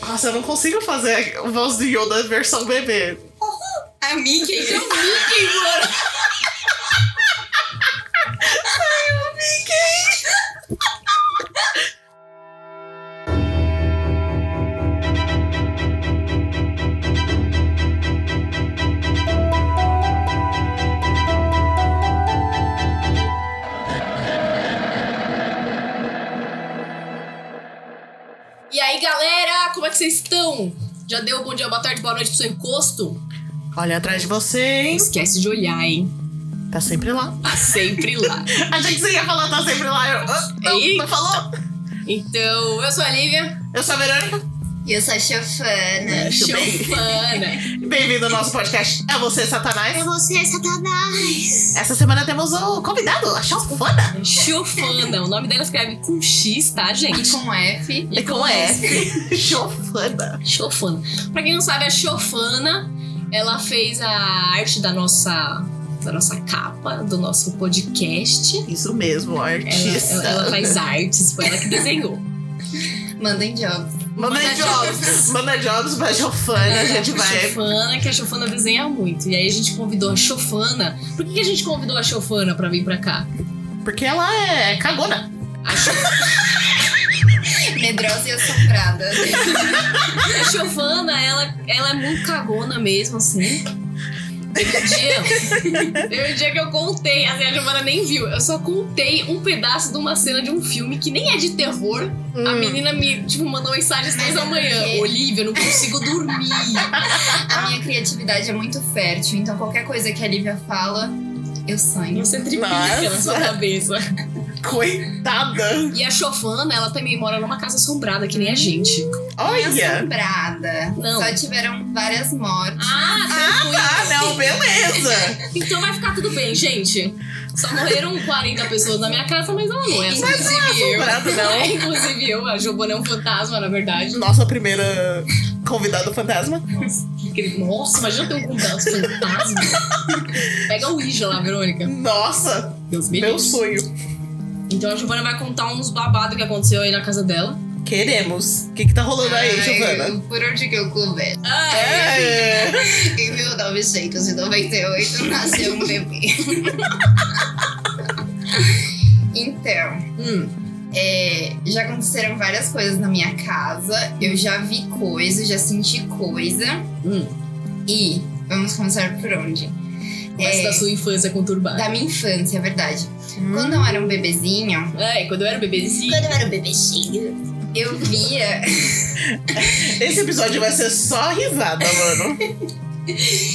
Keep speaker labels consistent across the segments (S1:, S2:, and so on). S1: Nossa, eu não consigo fazer a voz do Yoda versão bebê.
S2: A Mickey.
S3: É o Mickey, mano. E aí, galera, como é que vocês estão? Já deu bom dia, boa tarde, boa noite pro seu encosto?
S1: Olha atrás de você, hein?
S3: Não esquece de olhar, hein?
S1: Tá sempre lá.
S3: Tá sempre lá.
S1: Achei que você ia falar tá sempre lá. Eu, ah, não,
S3: Eita.
S1: não falou?
S3: Então, eu sou a Lívia,
S1: Eu sou a Verônica.
S2: E eu sou a Chofana.
S1: Muito bem.
S3: chofana.
S1: Bem-vindo ao nosso podcast É Você, Satanás.
S2: você, Satanás.
S1: Essa semana temos o convidado, a Chalfana.
S3: Chofana. O nome dela escreve com X, tá, gente?
S2: E com F.
S1: É com F. Chofana.
S3: Chofana. Pra quem não sabe, a Chofana, ela fez a arte da nossa, da nossa capa, do nosso podcast.
S1: Isso mesmo,
S3: Ela,
S1: artista.
S3: ela- ela faz artes, foi ela que desenhou.
S2: Mandem job.
S1: Manda
S3: manda
S1: jobs. Manda jobs pra Chofana. A gente vai.
S3: Chofana, que a Chofana desenha muito. E aí a gente convidou a Chofana. Por que que a gente convidou a Chofana pra vir pra cá?
S1: Porque ela é cagona.
S3: A, Cho-
S2: Medrosa e assombrada.
S3: a Chofana, ela, ela é muito cagona mesmo, assim. Teve um dia, teve um dia que eu contei, assim, a Giovana nem viu. Eu só contei um pedaço de uma cena de um filme que nem é de terror, A
S1: Hum.
S3: menina me, tipo, mandou mensagem às 10 da manhã. Olivia, eu não consigo dormir.
S2: A minha criatividade é muito fértil, então qualquer coisa que a Lívia fala, eu sonho.
S3: Você triplica na sua
S1: Nossa.
S3: cabeça.
S1: Coitada.
S3: E a Chofana, ela também mora numa casa assombrada, que nem a gente.
S1: Olha.
S2: Assombrada.
S3: Não.
S2: Só tiveram várias mortes.
S3: Ah,
S1: Ah, não, beleza.
S3: Então vai ficar tudo bem, gente. Só morreram 40 pessoas na minha casa, mas ela não é
S2: Mas
S3: assombrada. Inclusive eu.
S1: assombrada, não.
S3: Inclusive eu, a Giovana é um fantasma, na verdade.
S1: Nossa primeira convidada fantasma.
S3: Nossa, que incrível. Nossa, imagina ter um fantasma. fantasma. Pega o Ouija lá, Verônica.
S1: Nossa,
S3: Deus me
S1: meu
S3: livre.
S1: sonho.
S3: Então a Giovana vai contar uns babados que aconteceu aí na casa dela.
S1: Queremos. O que, que tá rolando aí,
S2: Ai,
S1: Giovana?
S2: Por onde que eu começo?
S1: É.
S2: Em 1998 nasceu um bebê. então.
S3: Hum,
S2: É, já aconteceram várias coisas na minha casa. Eu já vi coisa, já senti coisa.
S3: Hum.
S2: E vamos começar por onde?
S3: essa
S2: É,
S3: da sua infância conturbada.
S2: da minha infância, é verdade. Quando eu era um bebezinho,
S3: É, quando eu era bebezinho.
S2: eu era um bebezinho, eu via.
S1: Esse episódio vai ser só risada, mano.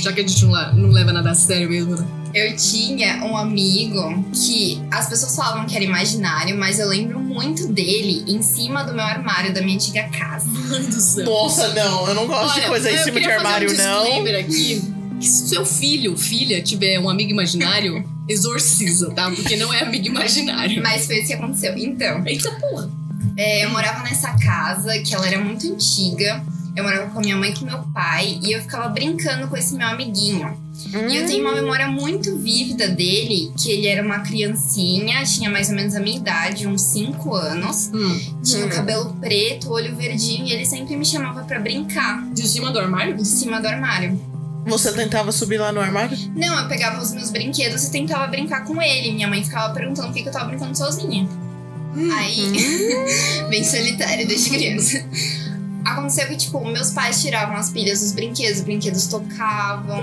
S3: Já que a gente não, la- não leva nada a sério mesmo, né?
S2: Eu tinha um amigo que as pessoas falavam que era imaginário, mas eu lembro muito dele em cima do meu armário da minha antiga casa.
S3: Mano do céu.
S1: Nossa, não, eu não gosto de
S3: Olha,
S1: coisa em
S3: eu
S1: cima de
S3: queria
S1: armário,
S3: fazer um
S1: não.
S3: disclaimer aqui. Que se seu filho, filha, tiver um amigo imaginário, exorciza, tá? Porque não é amigo imaginário.
S2: Mas foi isso que aconteceu. Então.
S3: Eita porra.
S2: É, eu morava nessa casa, que ela era muito antiga. Eu morava com a minha mãe e com meu pai. E eu ficava brincando com esse meu amiguinho.
S1: Hum.
S2: E eu tenho uma memória muito vívida dele, que ele era uma criancinha, tinha mais ou menos a minha idade, uns 5 anos.
S3: Hum.
S2: Tinha
S1: Hum.
S2: o cabelo preto, olho verdinho, e ele sempre me chamava pra brincar
S3: De cima do armário?
S2: em cima do armário.
S1: Você tentava subir lá no armário?
S2: Não, eu pegava os meus brinquedos e tentava brincar com ele. Minha mãe ficava perguntando por que que eu tava brincando sozinha. Aí, bem solitária desde criança. Aconteceu que, tipo, meus pais tiravam as pilhas dos brinquedos, os brinquedos tocavam.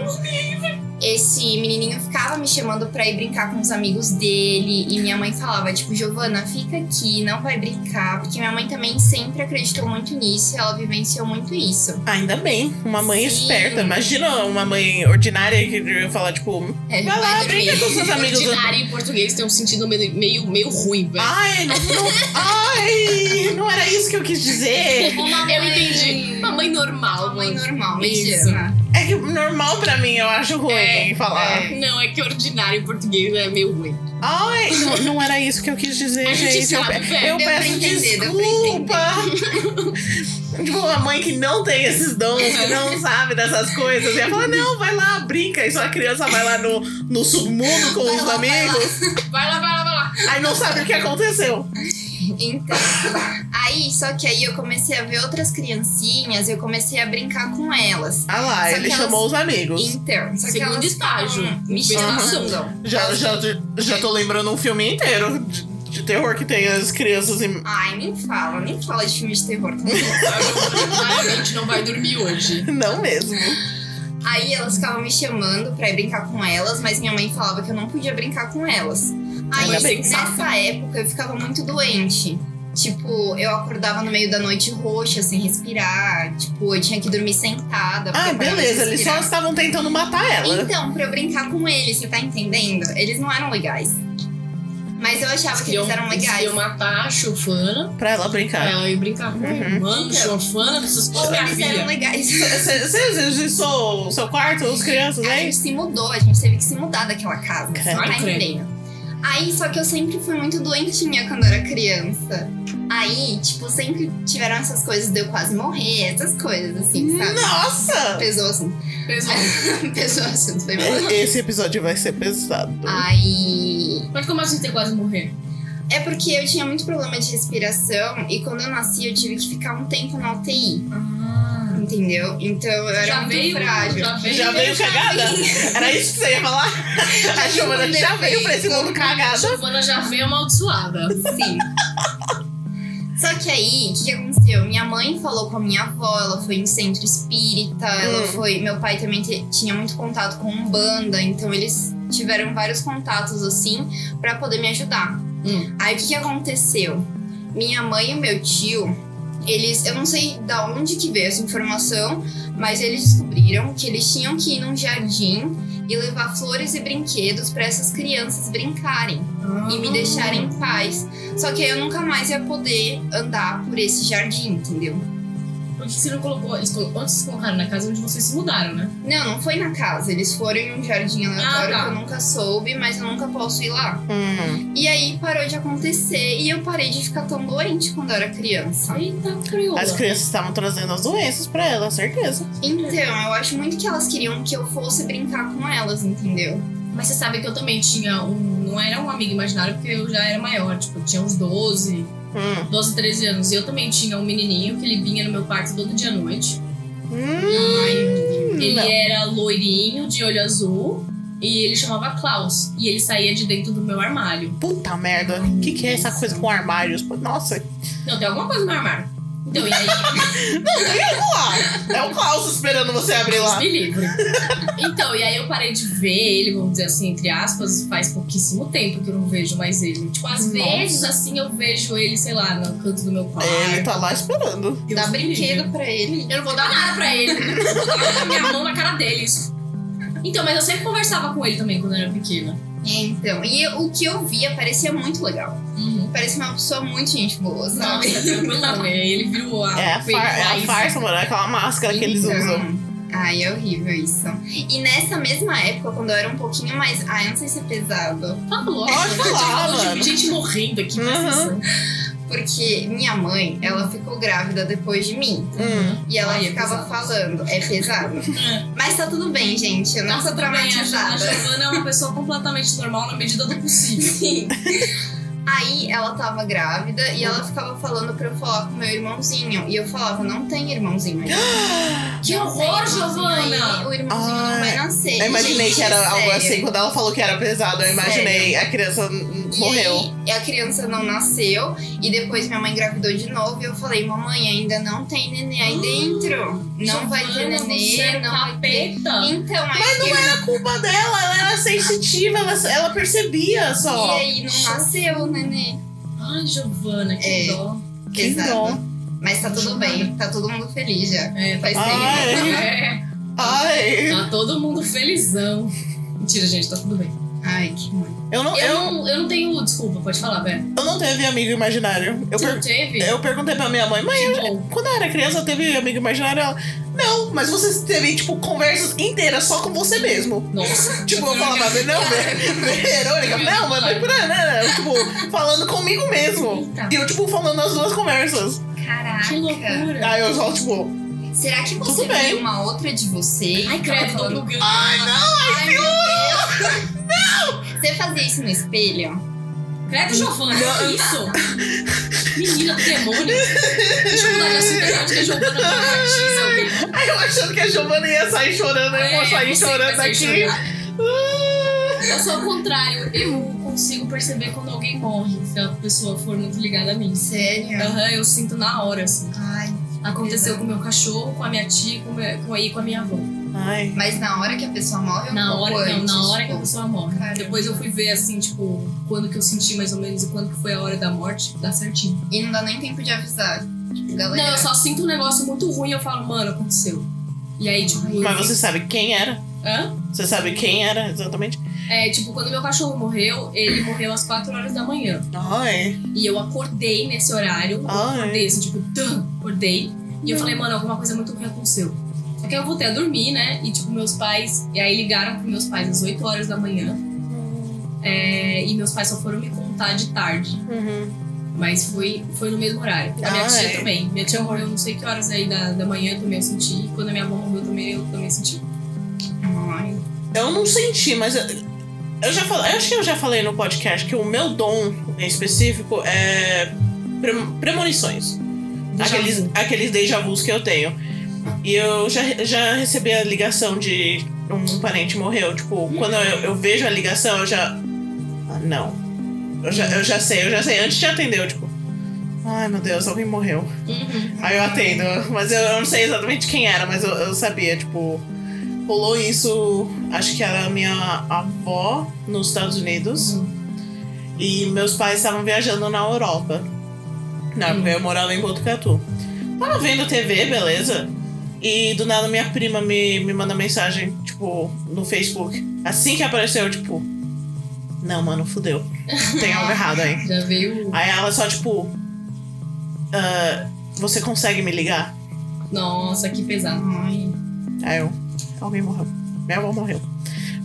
S2: Esse menininho ficava me chamando pra ir brincar com os amigos dele. E minha mãe falava, tipo, Giovana, fica aqui, não vai brincar. Porque minha mãe também sempre acreditou muito nisso, ela vivenciou muito isso.
S1: Ainda bem, uma mãe
S2: Sim.
S1: esperta. Imagina uma mãe ordinária que ia falar, tipo,
S2: É,
S1: vai lá, brinca com seus amigos.
S3: Ordinário em português tem um sentido meio, meio, meio ruim, velho.
S2: Ah.
S1: Ai, não, não, ai, não era isso que eu quis dizer.
S3: eu entendi. Mamãe normal,
S2: Mãe
S3: mãe.
S2: normal,
S3: Isso.
S2: mediana.
S1: É que normal pra mim, eu acho ruim
S3: É,
S1: falar.
S2: É.
S3: Não, é que ordinário em português é meio ruim.
S1: Ai, não, não era isso que eu quis dizer,
S3: A gente
S1: gente.
S3: sabe,
S1: eu,
S3: velho.
S1: eu
S2: Deu pra
S1: peço
S2: entender, deu pra
S1: desculpa. tipo, uma mãe que não tem esses dons, que não sabe dessas coisas, ia falar: não, vai lá, brinca. E só a criança vai lá no, no submundo com
S2: Vai
S1: os
S2: lá, vai lá.
S1: amigos,
S3: Vai lá, vai lá, vai lá.
S1: aí não sabe o que aconteceu.
S2: Então, aí, só que aí eu comecei a ver outras criancinhas, eu comecei a brincar com elas.
S1: Ah lá,
S2: Só
S1: ele
S2: que elas-
S1: chamou os amigos.
S2: Então, só que
S3: Segundo
S2: elas
S3: estágio,
S2: ficam me
S3: investigação.
S2: chamando.
S1: Já, já, já tô lembrando um filme inteiro de, de terror que tem as crianças em.
S2: Ai, nem fala, nem fala de filme de terror. tá bom?
S3: A Giovana claramente não vai dormir hoje.
S1: Não mesmo.
S2: Aí elas ficavam me chamando pra ir brincar com elas, mas minha mãe falava que eu não podia brincar com elas. Aí
S1: Ainda bem,
S2: nessa época eu ficava muito doente. Tipo, eu acordava no meio da noite roxa, sem respirar. Tipo, eu tinha que dormir sentada. porque
S1: Ah,
S2: eu parava de
S1: beleza, eles só
S2: respirar.
S1: estavam tentando matar ela.
S2: Então, pra eu brincar com eles, você tá entendendo? Eles não eram legais. Mas eu achava
S1: é
S2: que eles
S1: um-
S2: eram legais.
S3: Eu matar a chofana
S1: Pra ela
S3: pra
S1: brincar.
S3: ela ir brincar com
S1: Uhum.
S3: Mano,
S2: Então.
S3: chofana, vocês pôr minha
S2: Eles eram
S3: filha.
S2: legais.
S1: Você exercitou o seu quarto, os crianças,
S2: A
S1: hein?
S2: gente se mudou, a gente teve que se mudar daquela casa. Você
S1: Credo.
S2: tá
S3: Ai, credo.
S2: entendendo? Aí, só que eu sempre fui muito doentinha quando eu era criança. Aí, tipo, sempre tiveram essas coisas de eu quase morrer, essas coisas, assim,
S1: Uhum.
S2: sabe?
S1: Nossa!
S2: Pesou assim.
S3: Pesou.
S2: Pesou assim, foi bom.
S1: E- Esse episódio vai ser pesado.
S2: Aí.
S3: Mas como assim ter quase morrer?
S2: É porque eu tinha muito problema de respiração e quando eu nasci eu tive que ficar um tempo na UTI,
S3: Ah.
S2: entendeu? Então eu era
S3: Já
S2: muito
S3: veio,
S2: frágil.
S3: já veio.
S1: Já veio cagada? Era isso que você ia falar? A Giovana já veio pra esse mundo
S3: A
S1: cagada.
S3: Giovana já veio amaldiçoada.
S2: Sim. Só que aí, o que, que aconteceu? Minha mãe falou com a minha avó, ela foi em centro espírita, ela
S1: Hum.
S2: foi. Meu pai também te- tinha muito contato com Umbanda, então eles tiveram vários contatos assim pra poder me ajudar.
S3: Hum.
S2: Aí o que, que aconteceu? Minha mãe e meu tio, eles. Eu não sei da onde que veio essa informação, mas eles descobriram que eles tinham que ir num jardim e levar flores e brinquedos pra essas crianças brincarem e me deixarem em paz. Só que aí eu nunca mais ia poder andar por esse jardim, entendeu?
S3: Por que você não colocou? Eles, colo- onde vocês colocaram? Na casa onde vocês se mudaram, né?
S2: Não, não foi na casa. Eles foram em um jardim aleatório
S3: Ah, tá.
S2: que eu nunca soube, mas eu nunca posso ir lá.
S1: Hum.
S2: E aí parou de acontecer e eu parei de ficar tão doente quando eu era criança.
S3: Eita, tá crioula.
S1: As crianças estavam trazendo as doenças pra ela, certeza.
S2: Então, eu acho muito que elas queriam que eu fosse brincar com elas, entendeu?
S3: Mas você sabe que eu também tinha um. Não era um amigo imaginário, porque eu já era maior. Tipo, eu tinha uns 12,
S1: Hum.
S3: 12, 13 anos. E eu também tinha um menininho que ele vinha no meu quarto todo dia à noite.
S1: Hum,
S3: Ele
S1: não.
S3: era loirinho, de olho azul. E ele chamava Klaus. E ele saía de dentro do meu armário.
S1: Puta merda, o que, que é essa coisa com armários? Nossa,
S3: Não, tem alguma coisa no meu armário. Então, e aí.
S1: lá, é o Klaus esperando você abrir
S3: Deus
S1: lá.
S3: me livre. Então, e aí eu parei de ver ele, vamos dizer assim, entre aspas, faz pouquíssimo tempo que eu não vejo mais ele. Tipo,
S1: Nossa.
S3: às vezes, assim, eu vejo ele, sei lá, no canto do meu quarto.
S1: É, ele tá lá esperando.
S3: Deus
S2: Dar
S3: me livre.
S2: brinquedo pra ele.
S3: Eu não vou dar nada pra ele. Eu vou dar minha mão na cara dele. isso. Então, mas eu sempre conversava com ele também quando eu era pequena.
S2: É, então. E eu- o que eu via parecia muito legal. Parecia uma pessoa muito gente boa, sabe?
S3: Nossa, tranquilão. é, Ele virou a.
S1: É a, far, é a
S3: face.
S1: farsa, mano, é aquela máscara que eles
S2: Então,
S1: usam.
S2: Ai, é horrível isso. E nessa mesma época, quando eu era um pouquinho mais. Ai, não sei se é pesado.
S3: Tá louco.
S1: Pode falar,
S3: Gente,
S1: mano.
S3: Gente morrendo aqui. presta
S1: Uhum.
S3: atenção.
S2: Porque minha mãe, ela ficou grávida depois de mim.
S1: Hum.
S2: E ela
S3: Ai, é
S2: ficava
S3: pesado.
S2: falando. É pesado. Mas tá tudo bem, gente. Eu não
S3: Nossa,
S2: sou
S3: também a Jo- a
S2: traumatizada.
S3: Giovana é uma pessoa completamente normal na medida do possível.
S2: Sim. Aí ela tava grávida e ela ficava falando pra eu falar com meu irmãozinho. E eu falava, não tem irmãozinho ainda.
S3: Que
S2: Não tem
S3: horror,
S2: irmãozinho
S3: Giovana!
S2: aí, O irmãozinho
S1: Ai,
S2: não vai nascer.
S1: Eu imaginei
S2: Gente,
S1: que era algo
S2: sério.
S1: assim, quando ela falou que era pesado, eu imaginei a criança hum,
S2: E
S1: morreu.
S2: aí, a criança não nasceu e depois minha mãe engravidou de novo e eu falei, mamãe, ainda não tem nenê aí dentro. Não vai ter
S3: Giovana, você
S2: nenê,
S3: é
S2: não vai ter.
S3: capeta.
S2: Então, aí
S1: Mas não
S3: é
S2: eu-
S1: era culpa dela, ela era sensitiva, ela, ela percebia
S2: E
S1: só.
S2: aí não nasceu o nenê.
S3: Ai, Giovana, que
S2: É.
S3: dó.
S1: Que
S2: Pesado.
S1: dó.
S2: Mas tá tudo bem, tá todo mundo feliz já.
S3: É,
S2: Faz
S1: Ai.
S2: tempo.
S3: É,
S1: Ai,
S3: tá todo mundo felizão. Mentira, gente, tá tudo bem.
S2: Ai, que mãe.
S1: eu não,
S3: Eu
S1: eu,
S3: não, eu não tenho desculpa, pode falar, velho.
S1: eu não teve amigo imaginário. Eu,
S3: Você
S1: per-
S3: não teve?
S1: eu perguntei pra minha mãe, mãe, eu-
S3: Que bom.
S1: quando eu era criança eu teve amigo imaginário? Ela, não, mas você teve, tipo, conversas inteiras só com você mesmo.
S3: Nossa.
S1: Tipo, eu falava, não, Ver- Verônica, não, mas vai por aí, né? Eu, Tipo, falando comigo mesmo.
S3: Eita.
S1: E eu, tipo, falando as duas conversas.
S2: Caraca.
S3: Que loucura.
S1: Aí eu só, tipo,
S2: Será que você
S1: Tudo bem.
S2: viu uma outra de você?
S3: Ai, credo, tô
S2: Falando,
S3: bugando.
S1: ai, não!
S2: Ai, meu Deus. Você fazia isso no espelho?
S3: Credo, Giovana, que isso? Menina do demônio. Deixa eu mudar de assunto, eu acho que a Giovana tá traumatiza alguém.
S1: Aí eu achando que a Giovana ia sair chorando, eu vou
S3: É,
S1: sair
S3: você
S1: chorando
S3: vai sair
S1: daqui.
S3: chorando.
S1: Ah,
S3: Eu sou ao contrário, eu consigo perceber quando alguém morre, se a pessoa for muito ligada a mim.
S2: Sério?
S3: Aham, eu sinto na hora, assim.
S2: Ai,
S3: Aconteceu com o meu cachorro, com a minha tia, com, o meu, com, aí, com a minha avó.
S1: Ai.
S2: mas na hora que a pessoa morre, ou
S3: Na
S2: um pouco
S3: hora, não,
S2: antes,
S3: na hora que a
S2: tipo?
S3: pessoa morre.
S2: Caramba.
S3: Depois eu fui ver, assim, tipo, quando que eu senti mais ou menos e quando que foi a hora da morte, dá certinho.
S2: E não dá nem tempo de avisar. Tipo, galera.
S3: Não, eu só sinto um negócio muito ruim e eu falo, mano, aconteceu. E aí, tipo, eu
S1: Mas
S3: fico-
S1: você sabe quem era?
S3: Hã?
S1: Você sabe quem era exatamente?
S3: É, tipo, quando meu cachorro morreu, ele morreu às 4 horas da manhã.
S1: Ai.
S3: E eu acordei nesse horário. Eu
S1: Ai.
S3: acordei, assim, tipo, tum, acordei. E eu falei, mano, alguma coisa muito ruim aconteceu. Só que eu voltei a dormir, né? E, tipo, meus pais. E aí ligaram pros meus pais às 8 horas da manhã.
S1: Hum.
S3: É, e meus pais só foram me contar de tarde.
S1: Uhum.
S3: Mas foi, foi no mesmo horário. A minha
S1: Ah,
S3: tia
S1: é.
S3: também. Minha tia morreu não sei que horas aí da, da manhã também eu senti. Quando a minha avó morreu também eu também senti.
S2: Ai,
S1: Eu não senti, mas eu, eu já falei, eu acho que eu já falei no podcast que o meu dom em específico é pre- premonições.
S3: Déjà
S1: aqueles,
S3: vu.
S1: aqueles déjà vus que eu tenho. E eu já, já recebi a ligação de um parente morreu. Tipo, quando eu, eu vejo a ligação, eu já. Ah, não. Eu já, eu já sei, eu já sei. Antes de atender, eu, tipo. Ai meu Deus, alguém morreu.
S3: Uhum.
S1: Aí eu atendo. Mas eu, eu não sei exatamente quem era, mas eu, eu sabia, tipo. Rolou isso, acho que era a minha avó nos Estados Unidos. E meus pais estavam viajando na Europa. Na época eu morava em Botucatu. Tava vendo TV, beleza? E do nada minha prima me, me manda mensagem, tipo, no Facebook. Assim que apareceu, eu, tipo. Não, mano, fudeu. Tem algo errado aí.
S3: Já veio.
S1: Aí ela só, tipo. "Ah, você consegue me ligar?
S3: Nossa, que pesado.
S2: ai.
S1: Aí eu. Alguém morreu. Minha avó morreu.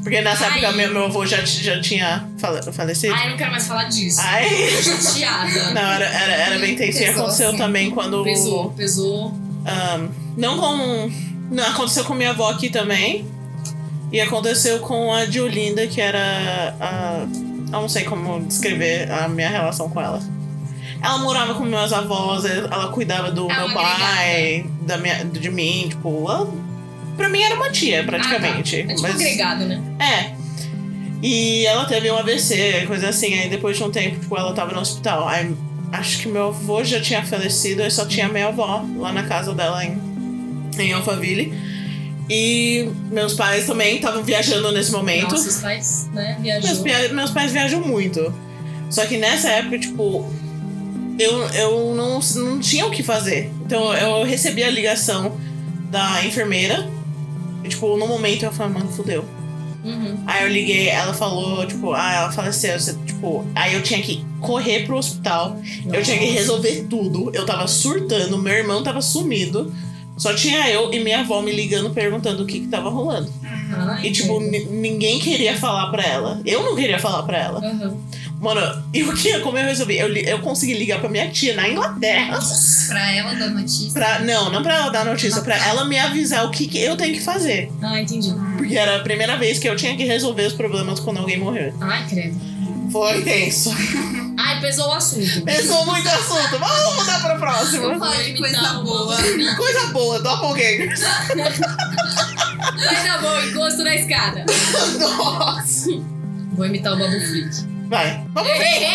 S1: Porque nessa
S3: Ai.
S1: época meu, meu avô já, t- já tinha fale- falecido.
S3: Ai, não quero mais falar disso.
S1: Aí.
S3: Chateada.
S1: Não, era, era, era bem tenso. E
S2: Pesou,
S1: aconteceu
S2: assim.
S1: também quando.
S3: Pesou, pesou.
S1: Ahn, não com. Não, aconteceu com minha avó aqui também. E aconteceu com a Diolinda, que era a. Eu não sei como descrever a minha relação com ela. Ela morava com meus avós, ela cuidava do
S3: É uma
S1: meu pai, da minha, de mim, tipo. Ela, pra mim era uma tia, praticamente.
S3: É tipo
S1: mas-
S3: agregado, né?
S1: é. E ela teve um AVC, coisa assim. Aí depois de um tempo, tipo, ela tava no hospital. Aí acho que meu avô já tinha falecido, aí só tinha minha avó lá na casa dela em, em Alphaville. E meus pais também estavam viajando nesse momento.
S3: Nossa, os pais, né, viajou.
S1: Meus, pia- meus pais viajam muito. Só que nessa época, tipo, eu, eu não, não tinha o que fazer. Então eu recebi a ligação da enfermeira. E, tipo, no momento eu falei, mano, fudeu.
S3: Uhum.
S1: Aí eu liguei, ela falou, tipo, ah, ela faleceu, você, tipo, aí eu tinha que correr pro hospital, eu tinha que resolver tudo, eu tava surtando, meu irmão tava sumido, só tinha eu e minha avó me ligando perguntando o que que tava rolando.
S3: Ai,
S2: Hum.
S1: E, tipo, ni- ninguém queria falar pra ela, eu não queria falar pra ela.
S3: Uhum.
S1: Mano, e o que, como eu resolvi? Eu, li- eu consegui ligar pra minha tia na Inglaterra
S2: Pra ela dar notícia.
S1: pra, não, não pra ela dar notícia, pra ela me avisar o que que eu tenho que fazer.
S3: Ah, entendi.
S1: Porque era a primeira vez que eu tinha que resolver os problemas quando alguém morreu.
S3: Ai, credo.
S1: Foi tenso.
S3: Ai, pesou o assunto.
S1: Pensou muito assunto. Mas Vamos mudar pra próxima.
S2: Eu falei de coisa
S3: Não,
S2: boa.
S1: Coisa boa, doppelgangers.
S3: Mas tá bom, encosto na escada.
S1: Nossa.
S3: Vou imitar o Babu Freak.
S1: Vai. Vamos ver.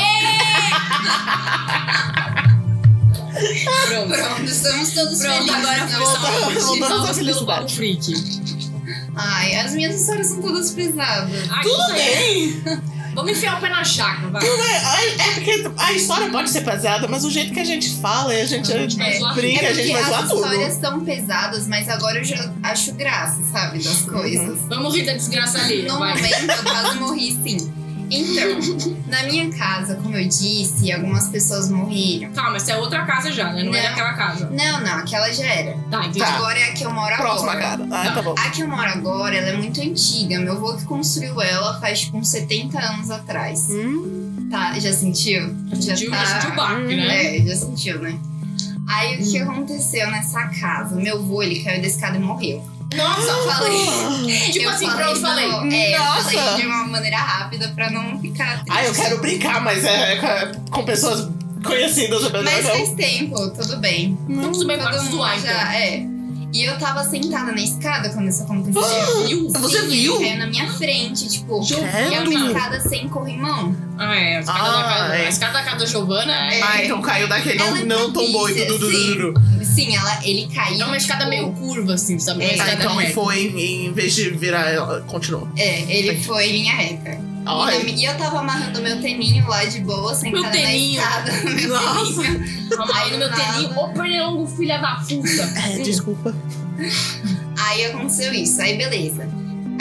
S3: Pronto.
S2: Pronto, estamos todos
S3: Pronto,
S2: felizes.
S3: agora
S2: não
S1: volta.
S2: estamos.
S3: voltamos.
S1: voltamos à
S3: Voltamos pelo
S1: felicidade.
S3: Babu Freak.
S2: Ai, as minhas histórias são todas pesadas.
S3: Ai,
S1: Tudo
S3: conta aí.
S1: bem.
S3: Vamos enfiar o pé na jaca, vai.
S1: Tudo bem. Ai, É porque a história pode ser pesada, mas o jeito que a gente fala e a gente,
S3: A gente vai
S1: é,
S3: zoar
S1: brinca, a
S2: É
S1: gente
S2: porque
S1: vai
S2: as
S1: zoar tudo.
S2: histórias são pesadas, mas agora eu já acho graça, sabe, das
S1: Uhum.
S2: coisas.
S3: Vamos rir da desgraça ali,
S2: No
S3: vai.
S2: momento eu quase morri sim. Então, na minha casa, como eu disse, algumas pessoas morreram.
S3: Tá, mas isso é outra casa já, né? Não, é
S2: Não.
S3: daquela casa.
S2: Não, não, aquela já era.
S3: Tá, entendi.
S1: Tá.
S2: Agora é a que eu moro
S1: Próxima,
S2: agora.
S1: cara. Ah, tá bom.
S2: A que eu moro agora, ela é muito antiga. Meu avô que construiu ela faz tipo uns 70 anos atrás.
S1: Hum,
S2: Tá, já sentiu? Já
S3: Sentiu,
S2: tá-
S3: já sentiu o barco, né?
S2: É, já sentiu, né? Aí o que aconteceu nessa casa? Meu avô, ele caiu da escada e morreu. Nossa, eu falei.
S3: Tipo
S2: eu
S3: assim,
S2: falei,
S3: pronto, falei.
S2: não, é, eu
S1: Nossa.
S2: falei de uma maneira rápida pra não ficar. Triste.
S1: Ah, eu quero brincar, mas é com- com pessoas conhecidas, eu
S2: Mas
S1: não.
S2: faz tempo, tudo bem.
S3: Não tudo bem,
S2: Todo
S3: pode
S2: mundo
S3: zoar, então.
S2: já é. E eu tava sentada na escada quando isso aconteceu.
S3: Viu?
S1: Você
S2: Sim,
S1: viu?
S2: Ele caiu na minha frente, tipo. E é uma
S3: Giovana.
S2: escada sem corrimão.
S3: Ah, é. A escada, da, casa,
S1: Ai.
S3: a escada da casa da Giovana é,
S1: Ah, então caiu daquele
S2: Ela é
S1: não, não tombou e
S2: propícia,
S1: tudo, tudo,
S2: sim.
S1: tudo.
S2: Sim, ela, ele caiu.
S3: é uma escada
S2: tipo,
S3: meio curva, assim, sabe?
S2: É,
S3: Uma
S1: Ah,
S3: escada
S1: então
S3: reta.
S1: foi em em vez de virar ela, continuou.
S2: É, ele foi linha reta. E,
S1: Ai,
S2: na- e eu tava amarrando meu teninho lá de boa, sentada na
S3: teninho.
S2: escada. Meu
S1: Nossa.
S2: teninho.
S3: Aí no meu
S2: Nada.
S3: telinho, ô pernilongo, filha da puta.
S1: é, desculpa.
S2: Aí aconteceu isso, aí beleza.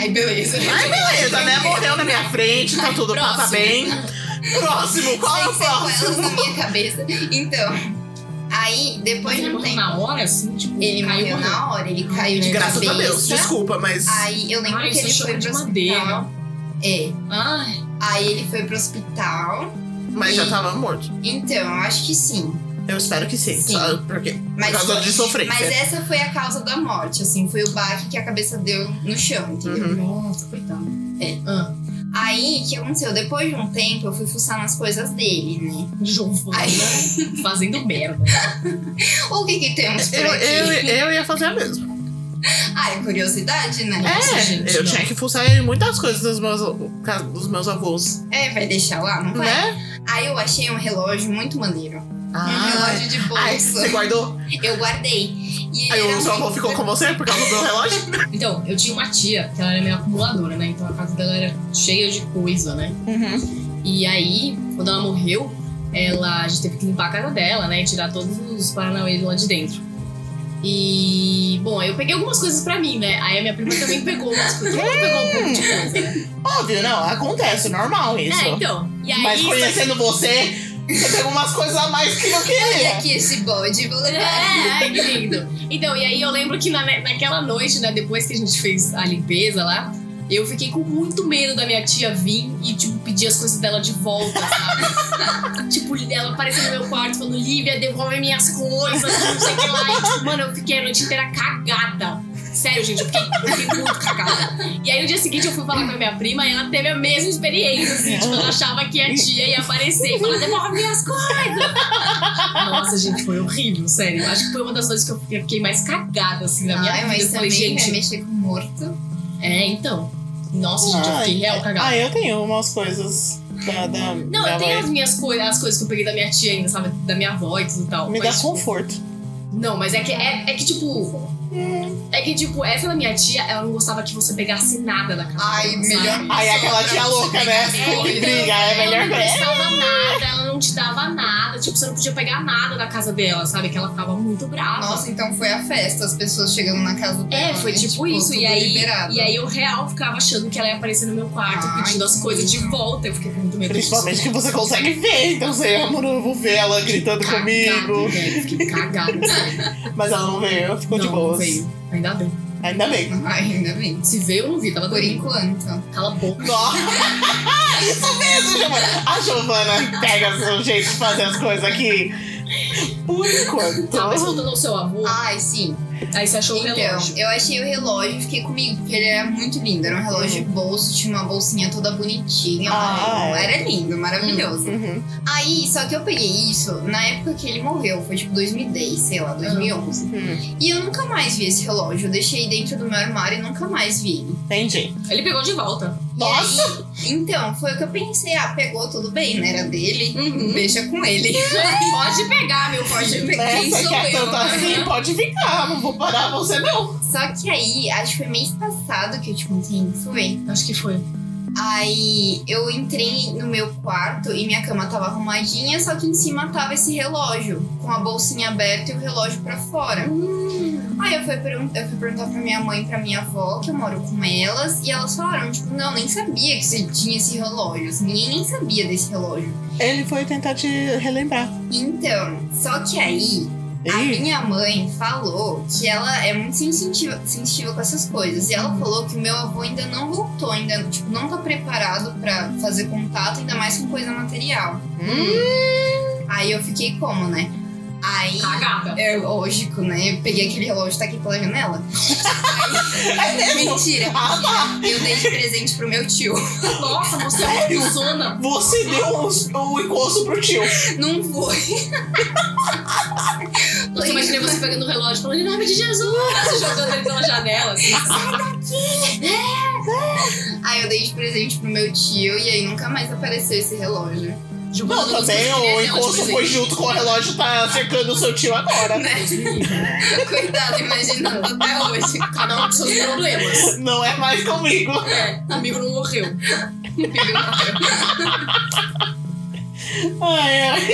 S2: Aí beleza.
S1: Mas beleza, né? Morreu na minha frente, tá tudo, passa
S3: Próximo.
S1: bem. Próximo, qual é o
S2: Sem sequelas
S1: próximo?
S2: na minha cabeça. Então, aí
S3: Mas
S2: depois de
S3: ele
S2: um
S3: morreu
S2: tempo.
S3: na hora, assim, tipo,
S2: Ele
S3: caiu
S2: morreu na hora, ele caiu de
S1: Graças
S2: cabeça.
S1: a Deus, tá desculpa, mas.
S2: Aí eu lembro
S3: Ai,
S2: que
S3: isso
S2: ele foi
S3: choca
S2: pro
S3: de
S2: hospital.
S3: madeira.
S2: É.
S3: Ai,
S2: Aí ele foi pro hospital.
S1: Mas já tava morto.
S2: Então, eu acho que sim.
S1: Eu espero que sim.
S2: Sim.
S1: Só porque.
S2: Mas
S1: causa
S2: foi-
S1: de sofrência.
S2: Mas essa foi a causa da morte, assim, foi o baque que a cabeça deu no chão, entendeu?
S1: Uhum.
S3: nossa, coitado.
S2: É.
S3: Ah,
S2: Aí, o que aconteceu? Depois de um tempo, eu fui fuçar nas coisas dele, né?
S3: Giovana
S2: Ai.
S3: fazendo merda.
S2: O que que temos por
S1: Eu,
S2: aqui?
S1: eu, eu ia fazer a mesma.
S2: Ai, Ah, é curiosidade, né?
S3: Nossa,
S1: é,
S3: gente,
S1: eu
S3: não.
S1: tinha que fuçar em muitas coisas dos meus, dos meus avôs,
S2: É, vai deixar lá, não vai?
S1: né?
S2: Aí eu achei um relógio muito maneiro. Um relógio de
S1: Ah, Ai, você
S2: bolso.
S1: guardou?
S2: Eu guardei. E
S1: Aí
S2: era
S1: o seu avô
S2: muito-
S1: ficou com você por causa do meu relógio?
S3: Então, eu tinha uma tia, que ela era meio acumuladora, né? Então a casa dela era cheia de coisa, né?
S1: Uhum.
S3: E aí, quando ela morreu, ela, a gente teve que limpar a casa dela, né? E tirar todos os paranauês lá de dentro. E, bom, aí eu peguei algumas coisas pra mim, né? Aí a minha prima também pegou umas coisas. Todo mundo pegou um pouco de coisa, né?
S1: Óbvio, não, acontece, normal isso.
S3: É, então. E aí,
S1: Mas assim, conhecendo você, você pegou umas coisas a mais que eu
S2: Olha
S1: queria.
S2: aqui esse bode, vou
S3: É,
S2: levar.
S3: ai, que lindo. Então, e aí eu lembro que na, naquela noite, né, depois que a gente fez a limpeza lá, eu fiquei com muito medo da minha tia vir e, tipo, pedir as coisas dela de volta, sabe? tipo, ela apareceu no meu quarto falando, Lívia, devolve minhas coisas, não sei o que lá. E, tipo, mano, eu fiquei a noite inteira cagada. Sério, gente, eu fiquei, eu fiquei muito cagada. E aí no dia seguinte eu fui falar com a minha prima e ela teve a mesma experiência, assim, tipo, ela achava que a tia ia aparecer e falar, devolve minhas coisas. Nossa, gente, foi horrível, sério. Acho que foi uma das coisas que eu fiquei- eu fiquei mais cagada, assim, na minha
S2: Ai,
S3: vida.
S2: mas
S3: Eu falei,
S2: também é vai
S3: gente.
S2: mexer com morto.
S3: É, então. Nossa, gente, eu fiquei real cagada.
S1: Ah, eu tenho umas coisas da, da
S3: Não,
S1: minha
S3: eu tenho
S1: mãe.
S3: as minhas coisas, as coisas que eu peguei da minha tia ainda, sabe? Da minha avó e tudo e tal.
S1: Me
S3: mas,
S1: dá
S3: tipo,
S1: conforto.
S3: Não, mas é que, é, é que tipo. É que, tipo, essa da minha tia, ela não gostava que você pegasse nada da casa.
S2: Ai,
S3: dela,
S2: melhor.
S3: sabe?
S1: Aí aquela tia louca, né?
S3: É,
S1: Que
S3: então,
S1: briga, é
S3: ela
S1: melhor
S3: não
S1: coisa.
S3: prestava nada, ela não te dava nada. Tipo, você não podia pegar nada da casa dela, sabe? Que ela ficava muito brava.
S2: Nossa, então foi a festa, as pessoas chegando na casa dela.
S3: É, foi
S2: né?
S3: tipo, isso.
S2: tudo
S3: E aí,
S2: liberado.
S3: e aí eu real ficava achando que ela ia aparecer no meu quarto,
S2: Ai,
S3: pedindo as coisas de volta. Eu fiquei com muito medo disso.
S1: Principalmente que você consegue ver, então você, amor, eu vou ver ela gritando
S3: Cagada,
S1: comigo.
S3: velho, Fiquei cagada. sério.
S1: Mas ela não veio, ficou de
S3: Não,
S1: boas.
S3: veio. Ainda bem.
S1: Ainda bem.
S2: Ai, ainda bem.
S3: Se veio, eu não vi. Tava
S2: Por
S3: dormindo.
S2: enquanto.
S3: Cala a boca.
S1: Nossa! Isso mesmo, Giovana! A Giovana pega o jeito de fazer as coisas aqui. Por enquanto.
S3: Tá, mas voltando ao seu avô,
S2: Ai, sim.
S3: aí você achou o
S2: Ah, então,
S3: relógio.
S2: eu achei o relógio e fiquei comigo, porque ele era muito lindo. Era um
S3: É.
S2: relógio de bolso, tinha uma bolsinha toda bonitinha.
S1: Ah,
S2: Ai, Era lindo, maravilhoso.
S1: Uhum.
S2: Aí, só que eu peguei isso na época que ele morreu, foi tipo 2010, sei lá, 2011.
S1: Hum.
S2: E eu nunca mais vi esse relógio. Eu deixei dentro do meu armário e nunca mais vi ele.
S1: Entendi.
S3: Ele pegou de volta.
S1: Nossa!
S2: E aí, então, foi o que eu pensei. Ah, pegou, tudo bem, né? Era dele.
S3: Uhum.
S2: Deixa com ele.
S3: Pode pegar, meu
S2: Pode
S3: filho.
S2: pegar. Quem
S1: Essa
S2: sou
S1: que é
S2: eu? né?
S1: tanto assim, pode ficar, não vou parar você não.
S2: Só que aí, acho que foi mês passado que eu tipo, te contei, não foi?
S3: Acho que foi.
S2: Aí eu entrei no meu quarto e minha cama tava arrumadinha, só que em cima tava esse relógio, com a bolsinha aberta e o relógio pra fora. Aí eu fui, pergun- eu fui perguntar pra minha mãe e pra minha avó, que eu moro com elas, e elas falaram, tipo, não, nem sabia que você tinha esse relógio, assim, ninguém nem sabia desse relógio.
S1: Ele foi tentar te relembrar.
S2: Então, só que aí a
S1: Ih,
S2: minha mãe falou que ela é muito sensitiva, sensitiva com essas coisas. E ela falou que o meu avô ainda não voltou, ainda tipo, não tá preparado pra fazer contato, ainda mais com coisa material.
S1: hum,
S2: Aí eu fiquei como, né? Aí.
S3: Cagada.
S2: É lógico, né? Eu peguei aquele relógio e taquei pela janela. Aí, mentira, mentira. Eu dei de presente pro meu tio.
S3: Nossa, você é
S1: Sério?
S3: uma zona.
S1: Você deu o, o encosto pro tio.
S2: Não foi.
S3: Nossa, imaginei você pegando o relógio e falando em nome de Jesus, você jogando ele pela janela. Assim.
S2: Aí eu dei de presente pro meu tio e aí nunca mais apareceu esse relógio.
S1: Não, também o
S3: tipo
S1: encosto
S3: assim.
S1: foi junto com o relógio, tá cercando o seu tio agora.
S2: Né? Coitado, imaginando até hoje.
S3: Cada um com seus problemas.
S1: Não é mais comigo.
S3: É, amigo não morreu.
S1: Ai, ai.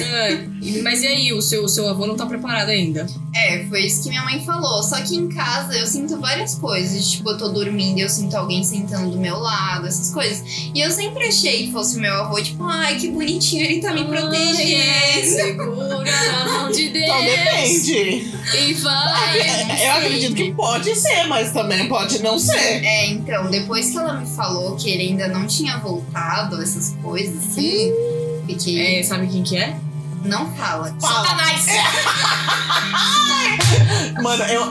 S3: É, Mas e aí, o seu, o seu avô não tá preparado ainda?
S2: É, foi isso que minha mãe falou. Só que em casa eu sinto várias coisas. Tipo, eu tô dormindo e eu sinto alguém sentando do meu lado, essas coisas. E eu sempre achei que fosse meu avô, tipo, ai, que bonitinho, ele tá me
S3: Ai, é,
S2: protegendo.
S3: segura na mão de Deus.
S1: Então depende.
S3: E vai.
S1: Eu acredito que pode ser, mas também pode não ser.
S2: É, então, depois que ela me falou que ele ainda não tinha voltado, essas coisas, assim, fiquei.
S3: É, sabe quem que é?
S2: Não fala.
S1: Fala.
S3: Satanás!
S1: Mano, eu,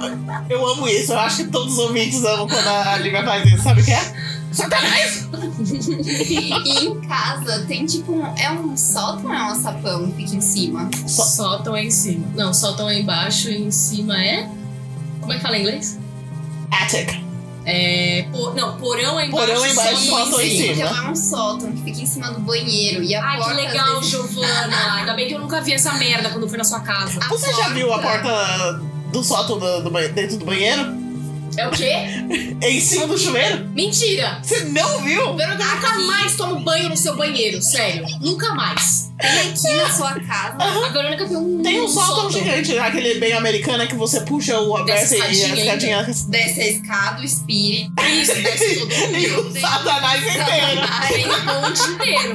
S1: eu amo isso. Eu acho que todos os ouvintes amam quando a Lívia faz isso. Sabe o que é? Satanás!
S2: E em casa tem tipo um. É um sótão, é um sapão que fica em cima.
S1: Só-
S3: Soltam aí em cima. Não, soltam aí embaixo e em cima é. Como é que fala em inglês?
S1: Attic.
S3: É. por- Não, porão é embaixo.
S1: Porão é embaixo,
S3: soltam
S1: soltam aí em cima.
S2: Então é um sótão que fica em cima do banheiro. E a
S3: Ai, que
S2: porta. às
S3: legal,
S2: vezes-
S3: Giovana. Ainda bem que eu nunca vi essa merda quando eu fui na sua casa.
S2: a
S1: Você já viu a porta do sótão do, do banhe- dentro do banheiro?
S3: É o quê?
S1: Em cima do chuveiro?
S3: Mentira!
S1: Você não viu?
S3: Verônica, Eu nunca
S2: Aqui.
S3: mais tomo banho no seu banheiro, sério. Nunca mais.
S2: Tem aqui na sua casa.
S3: A Verônica tem um.
S1: Tem um sótão
S3: sótão.
S1: gigante, aquele bem americano que você puxa o aberto
S3: Desce
S1: e a
S3: escadinha
S1: escadinha.
S2: Desce a escada, o espírito.
S3: Isso, desce todo
S1: E
S3: mundo.
S1: o Satanás inteiro.
S3: Tem um monte inteiro.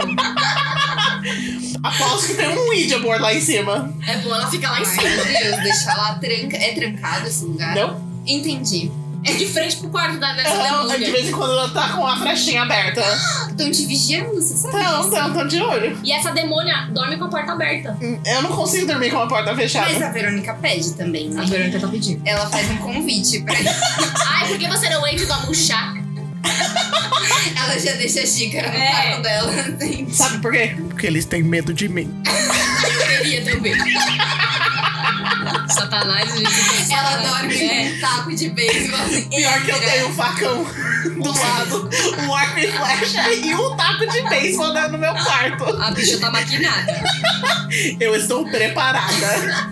S1: Aposto que tem um Ouija board lá em cima.
S3: É bom, ela fica lá
S2: Ai,
S3: em cima.
S2: meu Deus, deixar lá tranca. É trancado esse lugar?
S1: Não?
S2: Entendi.
S3: É de frente pro quarto da dessa
S1: Ela, É de
S3: demônia.
S1: vez em quando ela tá com a frestinha aberta.
S2: Estão te vigiando, Então você sabe?
S1: Então, então, tô de olho.
S3: E essa demônia dorme com a porta aberta.
S1: Eu não consigo dormir com a porta
S2: Mas
S1: fechada.
S2: a Verônica pede também, né?
S3: Verônica tá pedindo.
S2: Ela faz um convite pra
S3: Ai, por que você não entra e toma um chá?
S2: Ela já deixa a xícara no
S3: É.
S2: carro dela. assim.
S1: Sabe por quê? Porque eles têm medo de mim.
S3: Deveria também. Satanás, a gente
S2: Ela dorme
S3: É.
S2: com um taco de beisebol. assim.
S1: Pior que eu
S2: Entra.
S1: tenho um facão do lado, um arco e flecha e um taco de beisebol na- no meu quarto.
S3: A bicha tá maquinada.
S1: Eu estou preparada.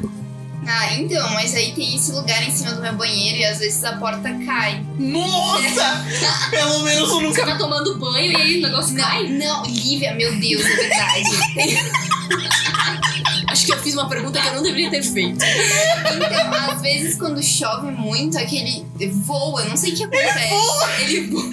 S2: Ah, então, mas aí tem esse lugar em cima do meu banheiro e às vezes a porta cai.
S1: Nossa! Pelo menos eu
S3: Você
S1: nunca.
S3: tá tomando banho e aí o negócio cai?
S2: Não, não, Lívia, meu Deus, é verdade.
S3: Acho que eu fiz uma pergunta que eu não deveria ter feito.
S2: Então, às vezes quando chove muito, aquele voa, não sei o que acontece. Ele voa.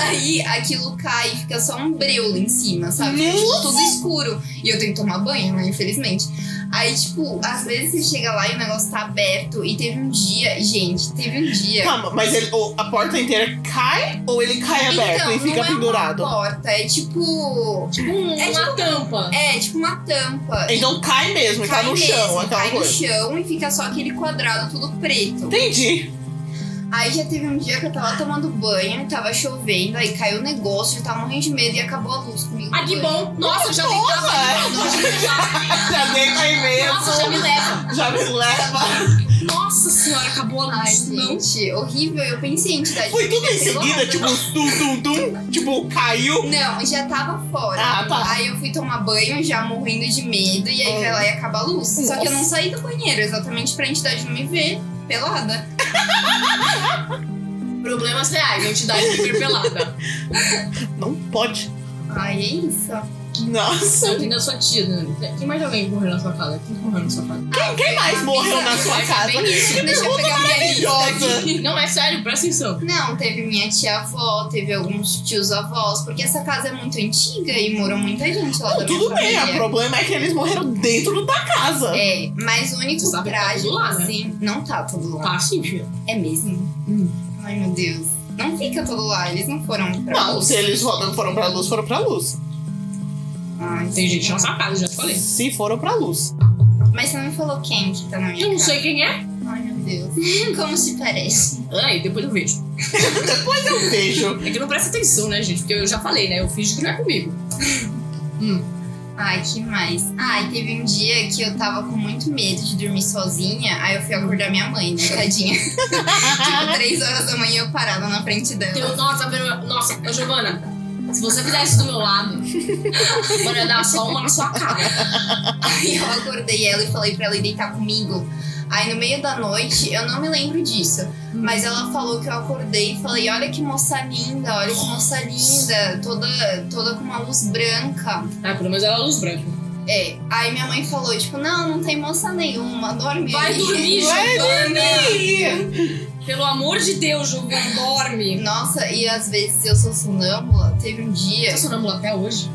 S2: Aí aquilo cai e fica só um breu lá em cima, sabe? Fica, tipo, tudo escuro. E eu tenho que tomar banho, né? Infelizmente. Aí, tipo, às vezes você chega lá e o negócio tá aberto. E teve um dia, gente, teve um dia.
S1: Calma, mas ele- o- a porta inteira cai ou ele cai aberto
S2: então,
S1: e fica
S2: não é
S1: pendurado?
S2: uma porta, é tipo.
S3: Tipo um-
S2: É
S3: uma tampa.
S2: É, tipo uma tampa.
S1: Então cai mesmo, e tá
S2: Cai
S1: no
S2: mesmo,
S1: chão, aquela
S2: cai
S1: coisa.
S2: no chão e fica só aquele quadrado tudo preto.
S1: Entendi.
S2: Aí já teve um dia que eu tava tomando banho, tava chovendo, aí caiu o negócio, eu tava morrendo de medo e acabou a luz comigo.
S3: Ah, que bom. Nossa, eu já
S1: Nossa,
S3: tentava.
S1: é.
S3: Nossa, já-
S1: Já deita aí
S3: Nossa, já
S1: mesmo.
S3: me leva.
S1: Já me leva.
S3: Nossa senhora, acabou a
S2: Ai,
S3: luz. Não.
S2: gente, horrível. Eu pensei em entidade.
S1: Foi tudo em
S2: Sei lá,
S1: seguida,
S2: né?
S1: tipo, tum, tum, tum. Tipo, caiu.
S2: Não, já tava fora.
S1: Ah, tá.
S2: Aí eu fui tomar banho, já morrendo de medo, e aí
S1: Hum.
S2: vai lá e acaba a luz. Só que eu não
S1: Nossa.
S2: saí do banheiro, exatamente pra entidade não me ver pelada.
S3: Problemas reais, a entidade interpelada.
S1: Não pode.
S2: Ai, é isso.
S1: Nossa.
S3: Não, tem da sua tia, né? Tem mais alguém que morreu na sua casa? Quem que morreu na sua casa?
S1: Quem mais morreu na sua casa?
S3: Bem isso.
S1: Que
S2: Deixa eu
S1: pergunta
S2: pegar minha lista
S1: maravilhosa.
S3: Não, é sério, presta atenção.
S2: Não, teve minha tia-avó, teve alguns tios-avós, porque essa casa é muito antiga e morou muita gente lá da
S1: Não,
S2: minha
S1: tudo bem, o
S2: família.
S1: problema é que eles morreram dentro da casa.
S2: É, mas o único
S3: Você sabe que tá
S2: trágico,
S3: tudo lá, né?
S2: assim, não tá tudo lá.
S3: Tá, sim, filha.
S2: É mesmo?
S3: Hum.
S2: Ai, meu Deus. Não fica todo lá, eles não foram pra
S1: Não,
S2: luz.
S1: se eles rodam- foram pra luz, foram pra luz.
S2: Ah,
S3: Tem gente na
S2: não sabe.
S3: sua casa, já te falei.
S1: Se foram pra luz.
S2: Mas você não falou quem que tá na minha
S3: Eu não
S2: casa.
S3: sei quem é.
S2: Ai, meu Deus. Como se parece?
S3: Aí, depois eu vejo.
S1: Depois eu vejo.
S3: É que não presta atenção, né, gente? Porque eu já falei, né? Eu fiz que não é comigo.
S2: Ai, que mais? Ai, teve um dia que eu tava com muito medo de dormir sozinha, aí eu fui acordar minha mãe, né, tadinha. tipo, três horas da manhã eu parada na frente
S3: Eu,
S2: dela.
S3: um- nossa, pelo- nossa, ô, Giovana, se você fizer isso do meu lado, mano, eu dar só uma na sua cara.
S2: Aí eu acordei ela e falei pra ela ir deitar comigo. Aí no meio da noite, eu não me lembro disso, mas ela falou que eu acordei e falei: Olha que moça linda, olha que moça linda, toda, toda com uma luz branca.
S3: Ah, pelo menos ela é luz branca.
S2: É, aí minha mãe falou, tipo, não, não tem moça nenhuma, dorme
S3: Vai
S2: aí."
S3: dormir, Giovana!
S1: Ih,
S3: Pelo amor de Deus, Giovana, dorme.
S2: Nossa, e às vezes eu sou sonâmbula, teve um dia.
S3: Tá sonâmbula até hoje?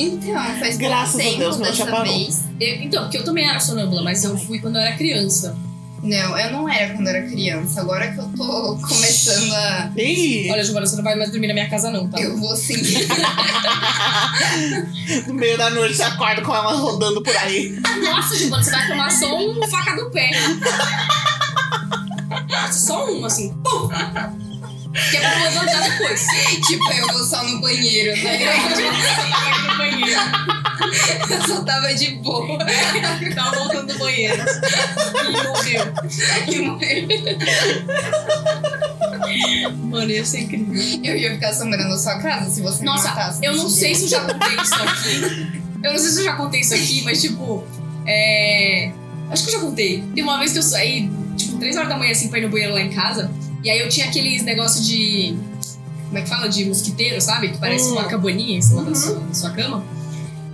S2: Então, faz pouco
S1: Graças a
S2: tempo
S1: Deus, meu
S2: dessa
S1: chaparão.
S2: vez.
S3: Eu- então, porque eu também era sonâmbula, mas eu fui quando eu era criança.
S2: Não, eu não era quando era criança. Agora que eu tô começando a.
S1: Ih,
S3: Olha, Giovana, você não vai mais dormir na minha casa, não, tá?
S2: Eu vou sim.
S1: no meio da noite você acorda com ela rodando por aí.
S3: Nossa, Giovana, você vai tomar só um faca do pé. Só uma, assim. Pum! Que é pra levantar depois.
S2: tipo, eu vou só no banheiro, né?
S3: Vai no banheiro.
S2: Eu só tava de boa.
S3: Tava voltando do banheiro. E morreu.
S2: E morreu.
S3: Mano, ia ser incrível.
S2: Eu ia ficar assombrando a sua casa se você me
S3: Nossa,
S2: matasse.
S3: eu não
S2: desse
S3: sei
S2: jeito.
S3: se eu já contei isso aqui. Eu não sei se eu já contei isso aqui, mas tipo. É. Acho que eu já contei. Tem uma vez que eu saí, tipo, 3 horas da manhã assim pra ir no banheiro lá em casa. E aí eu tinha aqueles negócio de. Como é que fala? De mosquiteiro, sabe? Que parece
S1: Hum.
S3: uma cabaninha em cima da,
S1: Uhum.
S3: sua, da sua cama.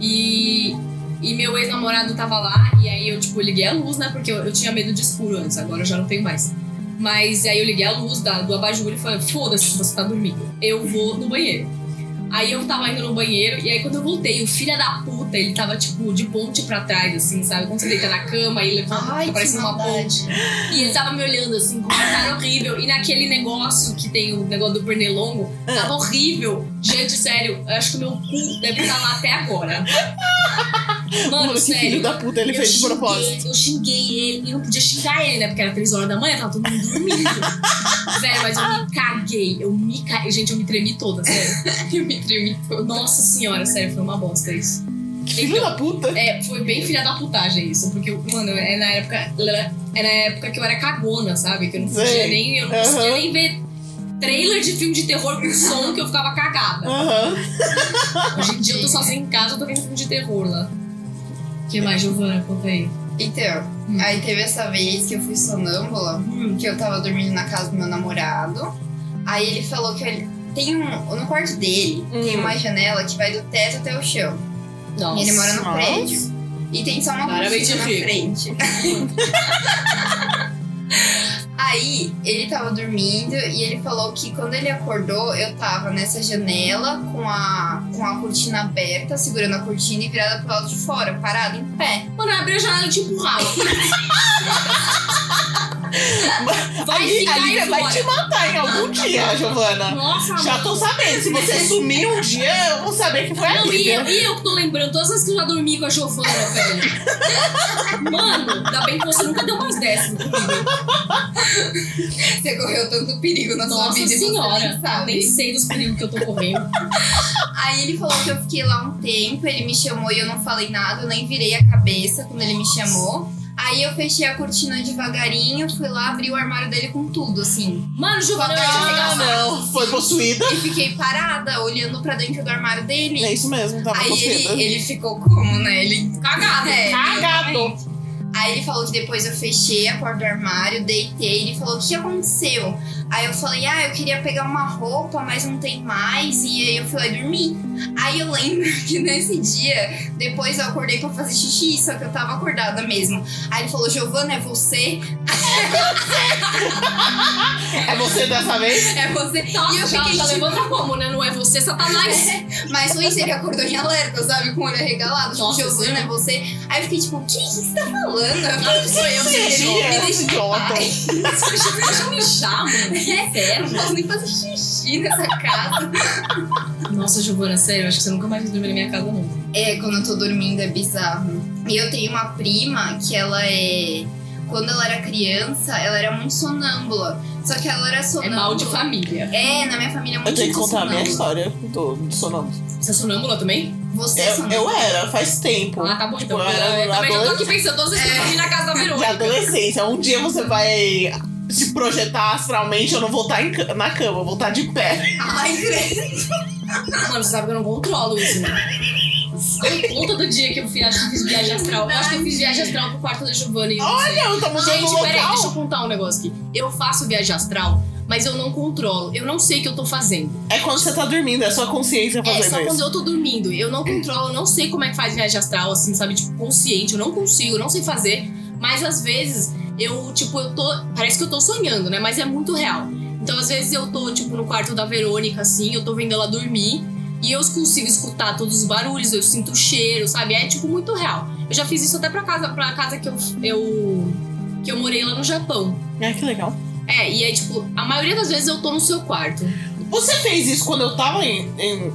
S3: E. E meu ex-namorado tava lá, e aí eu, tipo, liguei a luz, né? Porque eu, eu tinha medo de escuro antes, agora eu já não tenho mais. Mas aí eu liguei a luz da, do abajur e falei: foda-se, você tá dormindo. Eu vou no banheiro. Aí eu tava indo no banheiro, e aí quando eu voltei, o filho da puta, ele tava, tipo, de ponte pra trás, assim, sabe? Quando você deita na cama e levanta, fica
S2: Ai, que
S3: parecendo uma ponte.
S2: maldade.
S3: E ele tava me olhando, assim, com uma cara horrível. E naquele negócio que tem o negócio do pernilongo,
S2: Ah.
S3: tava horrível. Gente, sério, eu acho que meu cu deve estar lá até agora. Mano,
S1: Mano, que
S3: sério.
S1: filho da puta ele
S3: Eu
S1: fez de
S3: xinguei,
S1: propósito.
S3: Eu xinguei ele e não podia xingar ele, né? Porque era 3 horas da manhã, tava todo mundo dormindo. Velho, mas eu me caguei. Eu me caguei. Gente, eu me tremi toda, sério.
S2: Eu me tremi toda.
S3: Nossa senhora, sério, foi uma bosta isso.
S1: Que filho da puta.
S3: É, foi bem filha da putagem isso. Porque, eu- mano, é na época. É na época que eu era cagona, sabe? Que eu não podia
S1: Sei.
S3: nem. Eu não conseguia
S1: Aham.
S3: nem ver trailer de filme de terror com som que eu ficava cagada.
S1: Aham.
S3: Hoje em dia eu tô sozinha em casa, eu tô vendo filme de terror lá. O que mais, Giovana? Conta aí.
S2: Então,
S3: Hum.
S2: aí teve essa vez que eu fui sonâmbula, que eu tava dormindo na casa do meu namorado. Aí ele falou que ele tem um. No quarto dele tem
S1: Hum.
S3: Uhum.
S2: uma janela que vai do teto até o chão.
S3: Nossa.
S2: E ele mora no
S1: Nossa.
S2: prédio. E tem só uma
S3: Claramente
S2: cortina na
S3: eu fico.
S2: frente. Aí ele tava dormindo e ele falou que quando ele acordou, eu tava nessa janela com a, com a cortina aberta, segurando a cortina e virada pro lado de fora, parada em pé.
S3: Mano, eu abri a janela e eu te empurrava. vai
S1: Aí
S3: ficar
S1: a Lívia
S3: aí
S1: vai
S3: fora.
S1: te matar em algum dia, Giovana.
S3: Nossa,
S1: Já
S3: mano.
S1: tô sabendo. Se você sumir um dia, eu vou saber que foi a
S3: Não, e eu,
S1: Lívia.
S3: e eu que tô lembrando todas as vezes que eu já dormi com a Giovana, velho. Mano, ainda bem que você nunca deu umas décimas comigo.
S2: Você correu tanto perigo na sua
S3: Nossa
S2: vida e você
S3: senhora.
S2: nem
S3: Eu nem
S2: sabe.
S3: sei dos perigos que eu tô correndo.
S2: Aí ele falou que eu fiquei lá um tempo, ele me chamou e eu não falei nada, eu nem virei a cabeça quando ele me chamou. Aí eu fechei a cortina devagarinho, fui lá, abri o armário dele com tudo, assim.
S3: Mano, Giovana, eu ia te pegar
S1: Ah, não. Foi possuída.
S2: E fiquei parada, olhando pra dentro do armário
S1: É
S2: dele.
S1: isso mesmo, tava
S2: Aí
S1: possuída.
S2: ele, ele ficou como, né? Ele
S3: cagada.
S2: É.
S1: Cagado.
S2: Aí ele falou que depois eu fechei a porta do armário, deitei, ele falou, o que aconteceu? Aí eu falei, ah, eu queria pegar uma roupa, mas não tem mais, e aí eu fui lá dormir. Aí eu lembro que nesse dia, depois eu acordei pra fazer xixi, só que eu tava acordada mesmo. Aí ele falou, Giovana, é você?
S1: É você dessa vez?
S2: É você?
S3: Nossa,
S2: e eu
S3: já,
S2: fiquei
S3: já
S2: tipo,
S3: levanta como, né? Não é você, Satanás.
S2: mas Luiz, ele acordou em alerta, sabe, com o olho arregalado, tipo,
S3: Nossa,
S2: Giovana, é você? Aí eu fiquei tipo, o que que você tá falando?
S3: Não, sou eu,
S1: Sim,
S3: gente.
S1: é,
S2: deixa em
S1: idiota.
S2: paz.
S3: Deixa eu mijar, mano. Que
S2: É.
S3: inferno.
S2: Não posso nem fazer xixi nessa casa.
S3: Nossa, Giovana, sério, eu acho que você nunca mais vai dormir na minha casa, não.
S2: É, quando eu tô dormindo é bizarro. E eu tenho uma prima que ela é. Quando ela era criança, ela era muito sonâmbula. Só que ela era
S3: É
S2: sonâmbula.
S3: mal de família.
S2: É, na minha família é muito
S1: Eu tenho que
S2: muito
S1: contar a minha
S2: sonâmbula.
S1: história do, do sonâmbulo.
S3: Você é sonâmbula também?
S2: Você é
S1: Eu,
S2: sonâmbula.
S1: eu era, faz tempo.
S3: Ah, tá bom, então.
S1: eu era
S3: Eu também já tô
S1: adolescente.
S3: aqui pensando, vocês
S2: É.
S3: estão dormindo na casa da
S1: de
S3: Verônica.
S1: adolescência. Um dia você vai se projetar astralmente, eu não vou estar em ca- na cama, eu vou estar de pé.
S2: Ai, credo.
S3: Mano, Ah, você sabe que eu não controlo isso, né? Eu conto do dia que eu fui, acho que eu fiz viagem astral. Eu acho que eu fiz viagem astral pro quarto da Giovanna. e eu-
S1: Olha, eu tô mudando o
S3: Gente, peraí, deixa eu
S1: local.
S3: contar um negócio aqui. Eu faço viagem astral, mas eu não controlo. Eu não sei o que eu tô fazendo.
S1: É quando você tá dormindo, é sua consciência
S3: É,
S1: fazendo
S3: só
S1: isso.
S3: quando eu tô dormindo. Eu não controlo, eu não sei como é que faz viagem astral, assim, sabe? Tipo, consciente, eu não consigo, eu não sei fazer. Mas às vezes eu, tipo, eu tô. Parece que eu tô sonhando, né? Mas é muito real. Então, às vezes eu tô, tipo, no quarto da Verônica, assim, eu tô vendo ela dormir. E eu consigo escutar todos os barulhos, eu sinto o cheiro, sabe? É, tipo, muito real. Eu já fiz isso até pra casa, pra casa que eu. eu que eu morei lá no Japão.
S1: Ah, que legal.
S3: É, e é tipo, a maioria das vezes eu tô no seu quarto.
S1: Você fez isso quando eu tava em, em,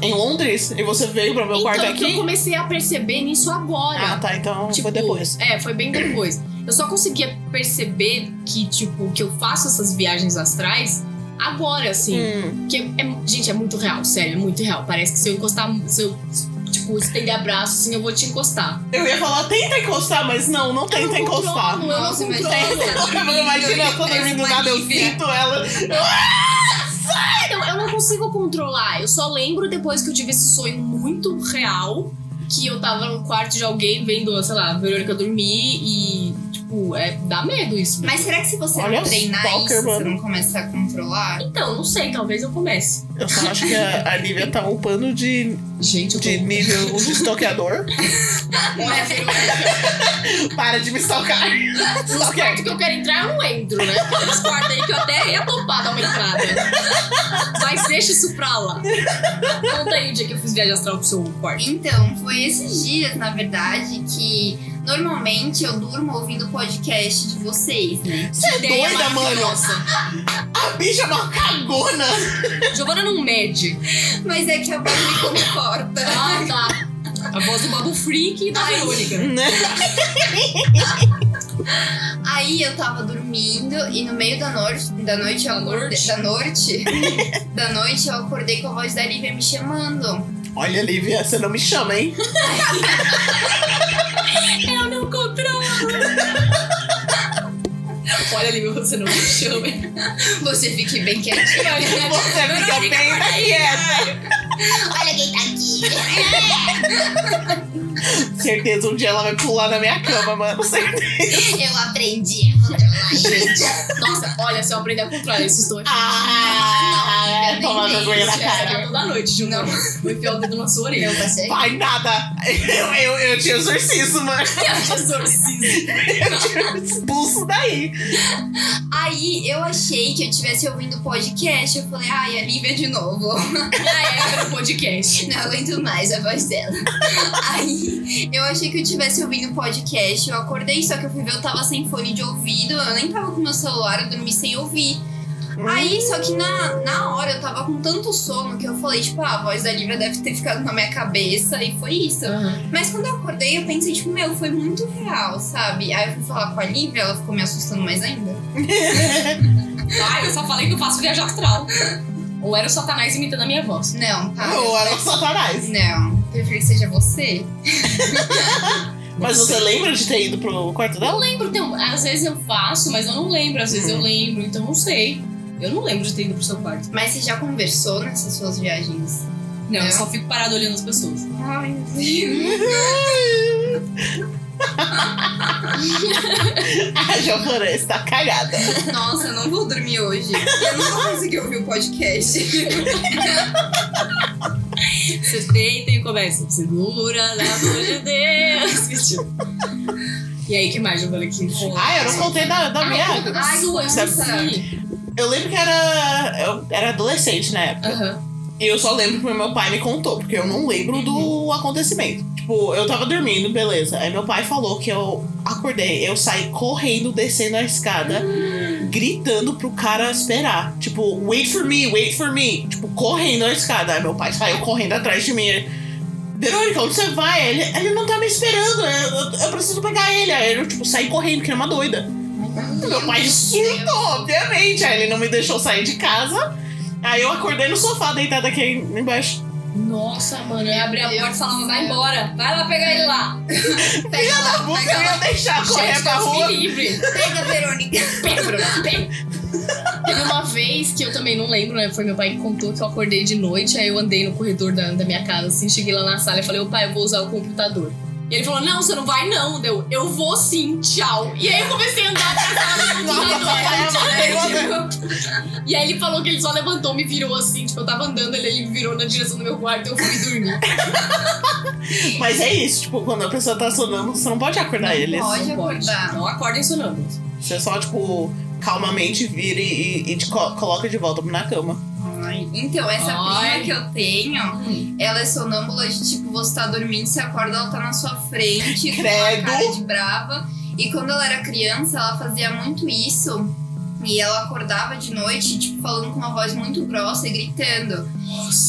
S1: em Londres e você veio pro meu quarto
S3: então, é que eu
S1: aqui?
S3: comecei a perceber nisso agora.
S1: Ah, tá, então
S3: Tipo,
S1: foi depois.
S3: É, foi bem depois. Eu só conseguia perceber que, tipo, que eu faço essas viagens astrais agora, assim.
S1: Hum,
S3: Porque, é- gente, é muito real, sério, é muito real. Parece que se eu encostar, se eu, tipo, estender abraço, assim, eu vou te encostar.
S1: eu ia falar, tenta encostar, mas não, não tenta
S3: eu não
S1: encostar. é.
S3: Controlo, eu não
S2: Nossa, mas-
S3: controlo.
S1: Imagina, eu tô dormindo nada, eu sinto ela.
S3: Então, eu não consigo controlar. Eu só lembro depois que eu tive esse sonho muito real. Que eu tava no quarto de alguém vendo, sei lá, a Verônica dormir e, tipo, é, dá medo isso.
S2: Mas será que se você
S1: Olha
S2: não
S1: o
S2: treinar
S1: stalker,
S2: isso, você
S1: mano.
S2: não começa a controlar?
S3: Então, não sei, talvez eu comece.
S1: Eu só acho que a, a Lívia tá upando de,
S3: Gente, eu tô
S1: de nível um de stalkeador.
S2: Não é verdade.
S1: Para de me stalkear.
S3: Nos
S1: Stalkear.
S3: quartos que eu quero entrar, eu não entro, né? Nos quartos aí que eu até ia topar dar uma entrada. Mas deixa isso pra lá. Conta aí o dia que eu fiz viagem astral pro seu quarto.
S2: Então, foi esses dias, na verdade, que normalmente eu durmo ouvindo podcast de vocês, né?
S1: Você é
S3: Ideia
S1: doida, mano.
S3: maravilhosa.
S1: A bicha é uma cagona.
S3: Giovana não mede.
S2: Mas é que a voz me conforta.
S3: Ah, tá. A voz do Babu Freak e da
S2: Ai.
S3: Verônica.
S1: Né?
S2: Aí eu tava dormindo e no meio da noite, da noite eu
S3: Da
S2: acordei.
S3: noite?
S2: Da noite? da noite eu acordei com a voz da Lívia me chamando.
S1: Olha, Lívia, você não me chama, hein?
S3: Eu não controlo. Olha ali, você não né? me chama.
S2: Você fique bem quietinha.
S1: Você fica bem da quieta.
S2: Olha quem tá aqui.
S1: Certeza, um dia ela vai pular na minha cama, mano. Certeza.
S2: Eu aprendi a controlar
S3: Gente, nossa, olha, se eu aprender a controlar esses dois.
S1: Ah, toma vergonha na cara.
S3: Era né? toda noite, Ju. Não, foi pior o dedo na sua orelha.
S2: Eu passei.
S1: Vai nada. Eu, eu, eu tinha exorcismo, mano. Expulso daí.
S2: Aí eu achei que eu tivesse ouvindo podcast. Eu falei, ai, a Lívia de novo.
S3: Ah, é, era o podcast.
S2: Não aguento mais a voz dela. Aí eu achei que eu tivesse ouvindo podcast. Eu acordei, só que eu fui ver, eu tava sem fone de ouvido. Eu nem tava com meu celular, eu dormi sem ouvir. Aí, só que na, na hora eu tava com tanto sono que eu falei, tipo, ah, a voz da Lívia deve ter ficado na minha cabeça e foi isso. Mas quando eu acordei, eu pensei, tipo, meu, foi muito real, sabe? Aí eu fui falar com a Lívia, ela ficou me assustando mais ainda.
S3: Ai, eu só falei que eu faço viagem astral. Ou era o Satanás imitando a minha voz.
S2: Não, tá.
S1: Eu era o Satanás.
S2: Não, prefiro que seja você.
S1: Mas você lembra de ter ido pro quarto
S3: Eu
S1: dela?
S3: lembro, então, às vezes eu faço, mas eu não lembro. Às vezes eu lembro, então não sei. Eu não lembro de ter ido pro seu quarto.
S2: Mas você já conversou nessas suas viagens?
S3: Não,
S2: É.
S3: eu só fico parado olhando as pessoas.
S2: Ai, meu Deus.
S1: A Giovana está cagada.
S2: Nossa, eu não vou dormir hoje. Eu não vou conseguir ouvir o podcast.
S3: Você deita e começa. Segura, pelo amor de Deus. E aí, que mais, Giovana? Que
S1: Ah, eu não contei da, da
S3: Ai,
S1: minha. é
S3: conta da
S2: Ai,
S3: sua, eu
S2: conta.
S3: esqueci.
S1: Eu lembro que era. Eu era adolescente na época.
S3: Aham.
S1: E eu só lembro que meu pai me contou, porque eu não lembro do acontecimento. Tipo, eu tava dormindo, beleza. Aí meu pai falou que eu acordei, eu saí correndo, descendo a escada. gritando pro cara esperar. Tipo, wait for me, wait for me. Tipo, correndo na escada. Aí meu pai saiu correndo atrás de mim. Verônica, onde você vai? Ele, ele não tá me esperando. Eu, eu- eu preciso pegar ele. Aí eu, tipo, saí correndo, que nem uma doida. Meu pai surtou, obviamente. Aí ele não me deixou sair de casa. Aí eu acordei no sofá, deitada aqui embaixo.
S3: Nossa, mano, eu ia abrir a
S2: Meu
S3: porta e falava,
S2: Deus
S3: vai
S2: do céu.
S3: embora, vai lá pegar ele lá.
S2: Pega
S1: Filha da
S2: lá,
S1: puta,
S2: pega
S1: eu ia
S2: lá.
S1: deixar correr pra
S3: Deus me
S1: rua.
S3: livre.
S2: Pega, Verônica.
S3: Pega, Bruno, pega. Teve uma vez que eu também não lembro, né? Foi meu pai que contou que eu acordei de noite, aí eu andei no corredor da, da minha casa, assim, cheguei lá na sala e falei, ô pai, eu vou usar o computador. E ele falou, não, você não vai não, deu. Eu vou sim, tchau. E aí eu comecei a andar pra casa.
S1: Nossa, é
S3: Tchau, tchau, tchau. E aí ele falou que ele só levantou, me virou assim, tipo, eu tava andando, ele, ele me virou na direção do meu quarto e eu fui dormir.
S1: Mas é isso, tipo, quando a pessoa tá sonando, você não pode acordar eles.
S2: Pode
S3: Não
S2: acordar.
S3: Não acordem sonâmbulos.
S1: Você só, tipo, calmamente vira e, e- e te co- coloca de volta na cama.
S2: Ai, Então, essa
S3: Ai.
S2: prima que eu tenho, ela é sonâmbula de tipo, você tá dormindo, você acorda, ela tá na sua frente,
S1: Credo.
S2: com a cara de brava. E quando ela era criança, ela fazia muito isso. E ela acordava de noite, tipo, falando com uma voz muito grossa e gritando.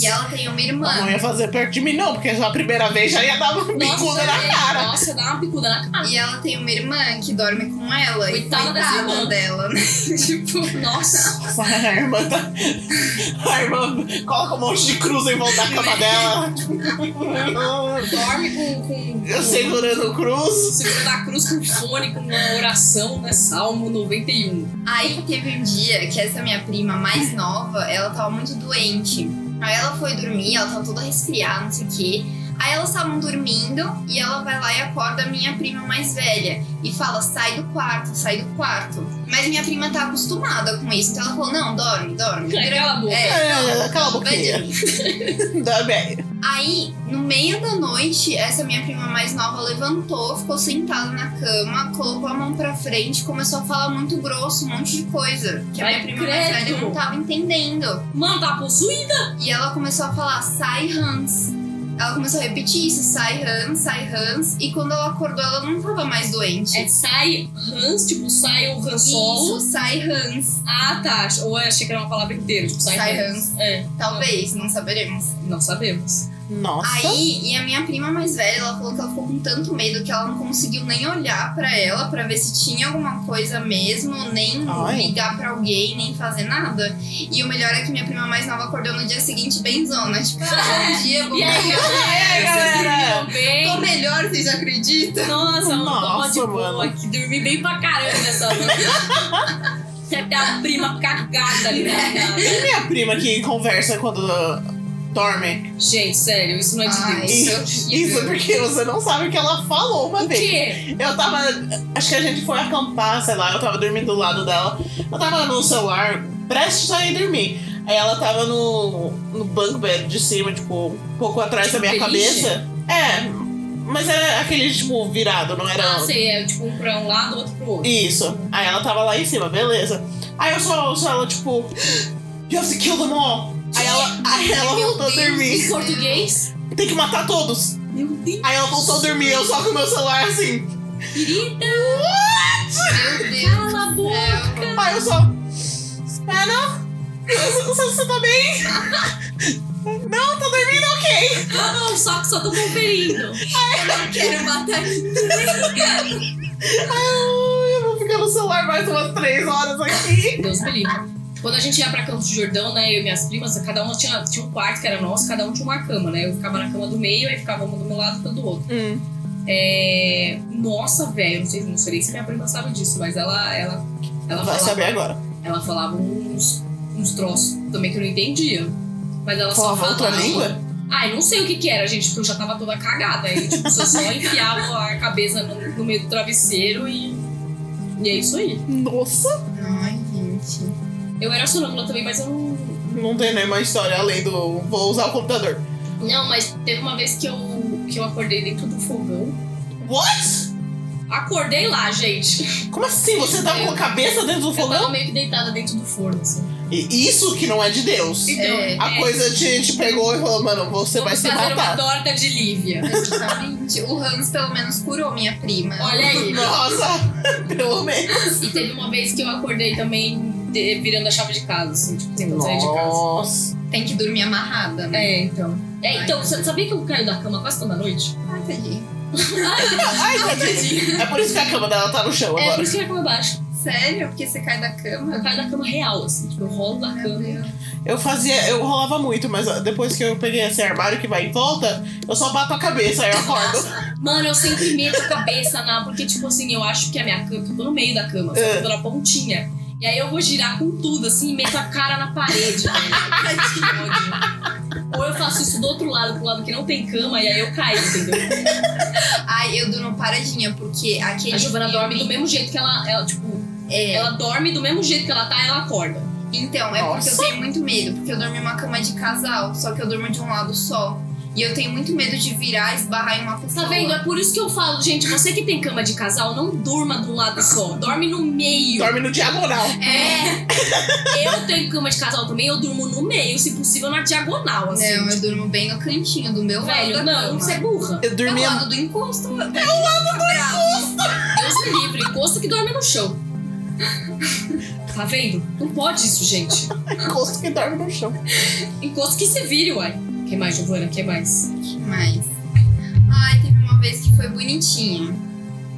S2: E ela tem uma
S1: Ela Não
S2: irmã.
S1: ia fazer perto de mim, não, porque já a primeira vez já ia dar uma bicuda na
S3: é,
S1: cara.
S3: Nossa, dá uma bicuda na cara.
S2: E ela tem uma irmã que dorme com ela. e
S3: Coitada dessa irmã.
S2: dela, né? tipo,
S3: Nossa.
S1: Nossa, a irmã tá. A irmã coloca um monte de cruz em volta da cama dela.
S3: Dorme com. com
S1: Eu
S3: com-
S1: segurando cruz.
S3: Segurando a cruz com fone, com uma oração, né? Salmo 91.
S2: Aí teve um dia que essa minha prima mais nova, ela tava muito doente. Aí ela foi dormir, ela tava toda resfriada, não sei o quê. Aí elas estavam dormindo e ela vai lá e acorda a minha prima mais velha e fala: sai do quarto, sai do quarto. Mas minha prima tá acostumada com isso, então ela falou: não, dorme, dorme.
S3: Cala a boca.
S2: É,
S1: É, cala a
S2: vai
S1: boquinha.
S2: dormir.
S1: Dá bem.
S2: Aí, no meio da noite, essa minha prima mais nova levantou, ficou sentada na cama, colocou a mão pra frente e começou a falar muito grosso, um monte de coisa. Que a
S3: Ai,
S2: minha prima mais
S3: credo.
S2: velha não tava entendendo.
S3: Mano, tá possuído?
S2: E ela começou a falar, sai Hans. Ela começou a repetir isso, sai Hans, sai Hans. E quando ela acordou, ela não tava mais doente.
S3: É, sai Hans, tipo, sai o Han Solo.
S2: Isso, sai Hans.
S3: Ah, tá. Ou eu achei que era uma palavra inteira, tipo, sai,
S2: Sai
S3: É,
S2: Talvez, não saberemos.
S3: não sabemos.
S1: Nossa.
S2: Aí, e a minha prima mais velha, ela falou que ela ficou com tanto medo que ela não conseguiu nem olhar pra ela pra ver se tinha alguma coisa mesmo, nem
S1: Ai.
S2: ligar pra alguém, nem fazer nada. E o melhor é que minha prima mais nova acordou no dia seguinte benzona, tipo, ah, bom dia, bom
S3: E aí,
S2: dia.
S1: galera?
S3: galera? É, Vocês dormiram
S2: Tô
S3: bem?
S2: melhor, vocês acreditam?
S3: Nossa,
S1: Nossa,
S3: Nossa de boa
S1: mano.
S3: aqui. Dormi bem pra caramba essa noite. Você tem a prima cagada ali né? na cara.
S1: E minha prima que conversa quando dorme?
S3: Gente, sério, isso não é de
S2: Ai,
S3: Deus.
S2: Isso é
S1: Isso,
S2: horrível.
S1: isso porque você não sabe o que ela falou uma
S3: O
S1: vez.
S3: quê?
S1: Eu tava. Acho que a gente foi acampar, sei lá, eu tava dormindo do lado dela. Eu tava no celular, prestes a ir dormir. Aí ela tava no, no bunk bed de cima, tipo, um pouco atrás
S3: Tipo
S1: da minha
S3: beliche?
S1: cabeça. É, mas era aquele, tipo, virado, não era.
S3: Ah, sei, é tipo um pra um lado, outro pro outro.
S1: Isso. Aí ela tava lá em cima, beleza. Aí eu só ouço ela, tipo, You have to kill them all. Aí ela, aí ela
S2: Meu
S1: voltou a
S2: Deus.
S1: dormir.
S3: Em português?
S1: Tem que matar todos.
S3: Meu Deus.
S1: Aí ela voltou a dormir, eu só com o meu celular assim.
S3: Querida,
S2: Meu Deus.
S3: cala a boca.
S1: Aí eu só. Espera! Você, você- você tá bem? Não, tá dormindo ok!
S3: Ah, Não, só que só tô conferindo.
S2: Eu não quero matar ninguém.
S1: Ai, eu vou ficar no celular mais umas três horas aqui.
S3: Deus me livre. Então, Quando a gente ia pra Campos do Jordão, né, eu e minhas primas, cada uma tinha, tinha um quarto que era nosso, cada um tinha uma cama, né? Eu ficava na cama do meio, aí ficava uma do meu lado, outra do outro. É... Nossa, velho, não sei, não sei nem se minha prima sabe disso, mas ela, ela, ela
S1: Vai
S3: falava
S1: saber agora.
S3: Ela falava uns, uns troços também que eu não entendia. Mas ela só
S1: Falava
S3: falava.
S1: outra língua?
S3: Ai, não sei o que que era, gente, porque eu já tava toda cagada. Aí, tipo, você só enfiava a cabeça no, no meio do travesseiro e. E é isso aí.
S1: Nossa!
S2: Ai, gente.
S3: Eu era sonâmbula também, mas eu não.
S1: Não tem nenhuma história além do. Vou usar o computador.
S3: Não, mas teve uma vez que eu, que eu acordei dentro do fogão.
S1: What?
S3: Acordei lá, gente.
S1: Como assim? Você tava com a cabeça dentro do
S3: Eu tava
S1: fogão?
S3: meio que deitada dentro do forno, assim.
S1: E isso que não é de Deus.
S3: Então,
S2: É,
S1: A coisa te, te pegou e falou, mano, você vai
S3: vamos
S1: se
S3: fazer uma
S1: matar.
S3: torta de Lívia.
S2: Exatamente. O Hans pelo menos curou minha prima.
S3: Olha aí.
S1: Nossa, pelo menos.
S3: E teve uma vez que eu acordei também de- virando a chave de casa, assim, tipo, tentando sair de casa.
S1: Nossa.
S2: Tem que dormir amarrada, né?
S3: É, então. É, então, você sabia que eu caio da cama quase toda noite?
S2: Ah, tadinho.
S1: Ai, tadinha. É por isso que a cama dela tá no chão
S3: É, por
S1: agora.
S3: isso que minha cama é baixa.
S2: Sério? Porque você cai da cama?
S3: Eu caio da cama real, assim, tipo, eu rolo da
S2: Meu
S3: cama.
S2: Deus.
S1: Eu fazia, eu rolava muito, mas depois que eu peguei esse armário que vai em volta, eu só bato a cabeça, aí eu acordo.
S3: Mano, eu sempre meto a cabeça na. Porque, tipo assim, eu acho que a minha cama. Eu tô no meio da cama, só que eu tô na pontinha. E aí eu vou girar com tudo, assim, e meto a cara na parede, velho. Ai, que ódio. Ou eu faço isso do outro lado, pro lado que não tem cama, e aí eu caio, entendeu?
S2: Ai, eu durmo paradinha, porque aquele.
S3: A Giovana
S2: filme-
S3: dorme do mesmo jeito que ela. Ela, tipo,
S2: É.
S3: ela dorme do mesmo jeito que ela tá, ela acorda.
S2: Então, é porque eu
S1: Nossa.
S2: tenho muito medo, porque eu dormi em uma cama de casal, só que eu durmo de um lado só. E eu tenho muito medo de virar, esbarrar em uma pessoa.
S3: Tá vendo? É por isso que eu falo, gente, você que tem cama de casal, não durma de um lado só. Dorme no meio.
S1: Dorme no diagonal.
S3: É! Eu tenho cama de casal também, eu durmo no meio, se possível na diagonal,
S2: Não,
S3: assim.
S2: eu durmo bem no cantinho do meu
S3: Velho,
S2: lado da
S3: não,
S2: cama.
S3: você é burra.
S1: Eu
S2: É o
S1: dormia.
S2: lado do encosto. É o lado do encosto.
S3: Deus me livre, encosto que dorme no chão. Tá vendo? Não pode isso, gente.
S1: Encosto que dorme no chão.
S3: Encosto que se vire, uai. Que mais, Giovana? Que mais?
S2: Mas. Ai, teve uma vez que foi bonitinha.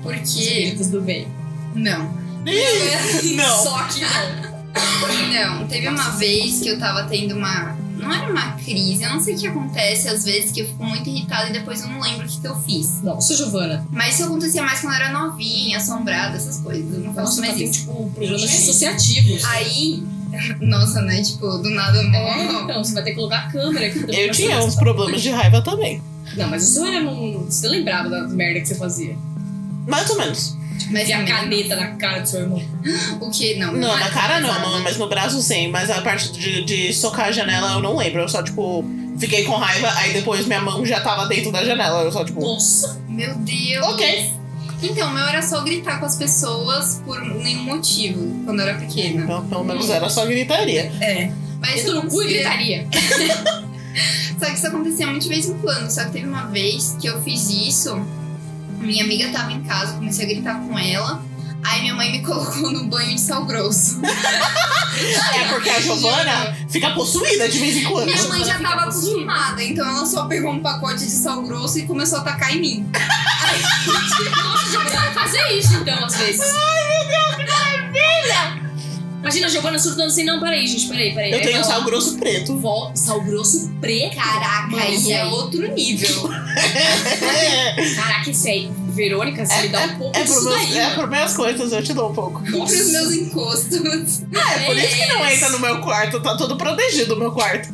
S2: Porque.
S3: Espíritos do bem.
S2: Não.
S1: Ih, Não.
S3: Só que não.
S2: Não, teve uma vez que eu tava tendo uma. Não era uma crise, eu não sei o que acontece às vezes que eu fico muito irritada e depois eu não lembro o que, que eu fiz.
S3: Nossa, Giovana.
S2: Mas isso acontecia mais quando eu era novinha, assombrada, essas coisas. Eu não
S3: Nossa,
S2: faço mais
S3: mas tem,
S2: isso.
S3: tipo, problemas dissociativos.
S2: Aí. Nossa, né? Tipo, do nada mó.
S3: É, então, você vai ter que colocar a câmera aqui. também
S1: Eu
S3: pra
S1: tinha
S3: saber.
S1: uns problemas de raiva também.
S3: Não, mas isso era num... Você lembrava da merda que você fazia.
S1: Mais ou menos.
S2: Mas
S3: E a
S2: também-
S3: caneta na cara do seu irmão.
S2: O que? Não. tá
S1: Não, na cara não,
S2: pesada.
S1: não, mas né? no braço sim. Mas a parte de, de socar a janela eu não lembro. Eu só, tipo, fiquei com raiva, aí depois minha mão já tava dentro da janela. Eu só, tipo.
S3: Nossa!
S2: Meu Deus.
S1: Ok.
S2: Então, o meu era só gritar com as pessoas por nenhum motivo quando eu era pequena.
S1: Então, pelo menos era só gritaria.
S3: É.
S2: Mas
S3: Isso no cu e
S2: acontecia-
S3: gritaria.
S2: Só que isso acontecia muito de vez em quando. Só que teve uma vez que eu fiz isso. Minha amiga tava em casa, eu comecei a gritar com ela. Aí minha mãe me colocou no banho de sal grosso.
S1: É porque a Giovana fica possuída de vez em quando.
S2: Minha mãe já
S3: Fica
S2: tava
S3: possuída.
S2: acostumada, então ela só pegou um pacote de sal grosso e começou a atacar em mim.
S3: Nossa, Giovana vai fazer isso então, às vezes. Ai, meu Deus, que maravilha! Imagina a Giovana surtando assim, não, peraí, gente, peraí, peraí.
S1: Eu tenho um sal
S3: sal...
S1: grosso preto.
S3: sal grosso preto.
S2: Caraca,
S3: Mano,
S2: aí
S3: isso
S2: é
S3: aí.
S2: outro nível.
S1: É,
S3: Caraca, isso aí. Verônica, você me dá um pouco
S1: é, pro
S3: disso
S1: meus,
S3: daí.
S1: é por minhas coisas, eu te dou um pouco.
S2: Os
S3: Nossa.
S2: meus encostos.
S1: É, por isso que não entra no meu quarto, tá todo protegido o meu quarto.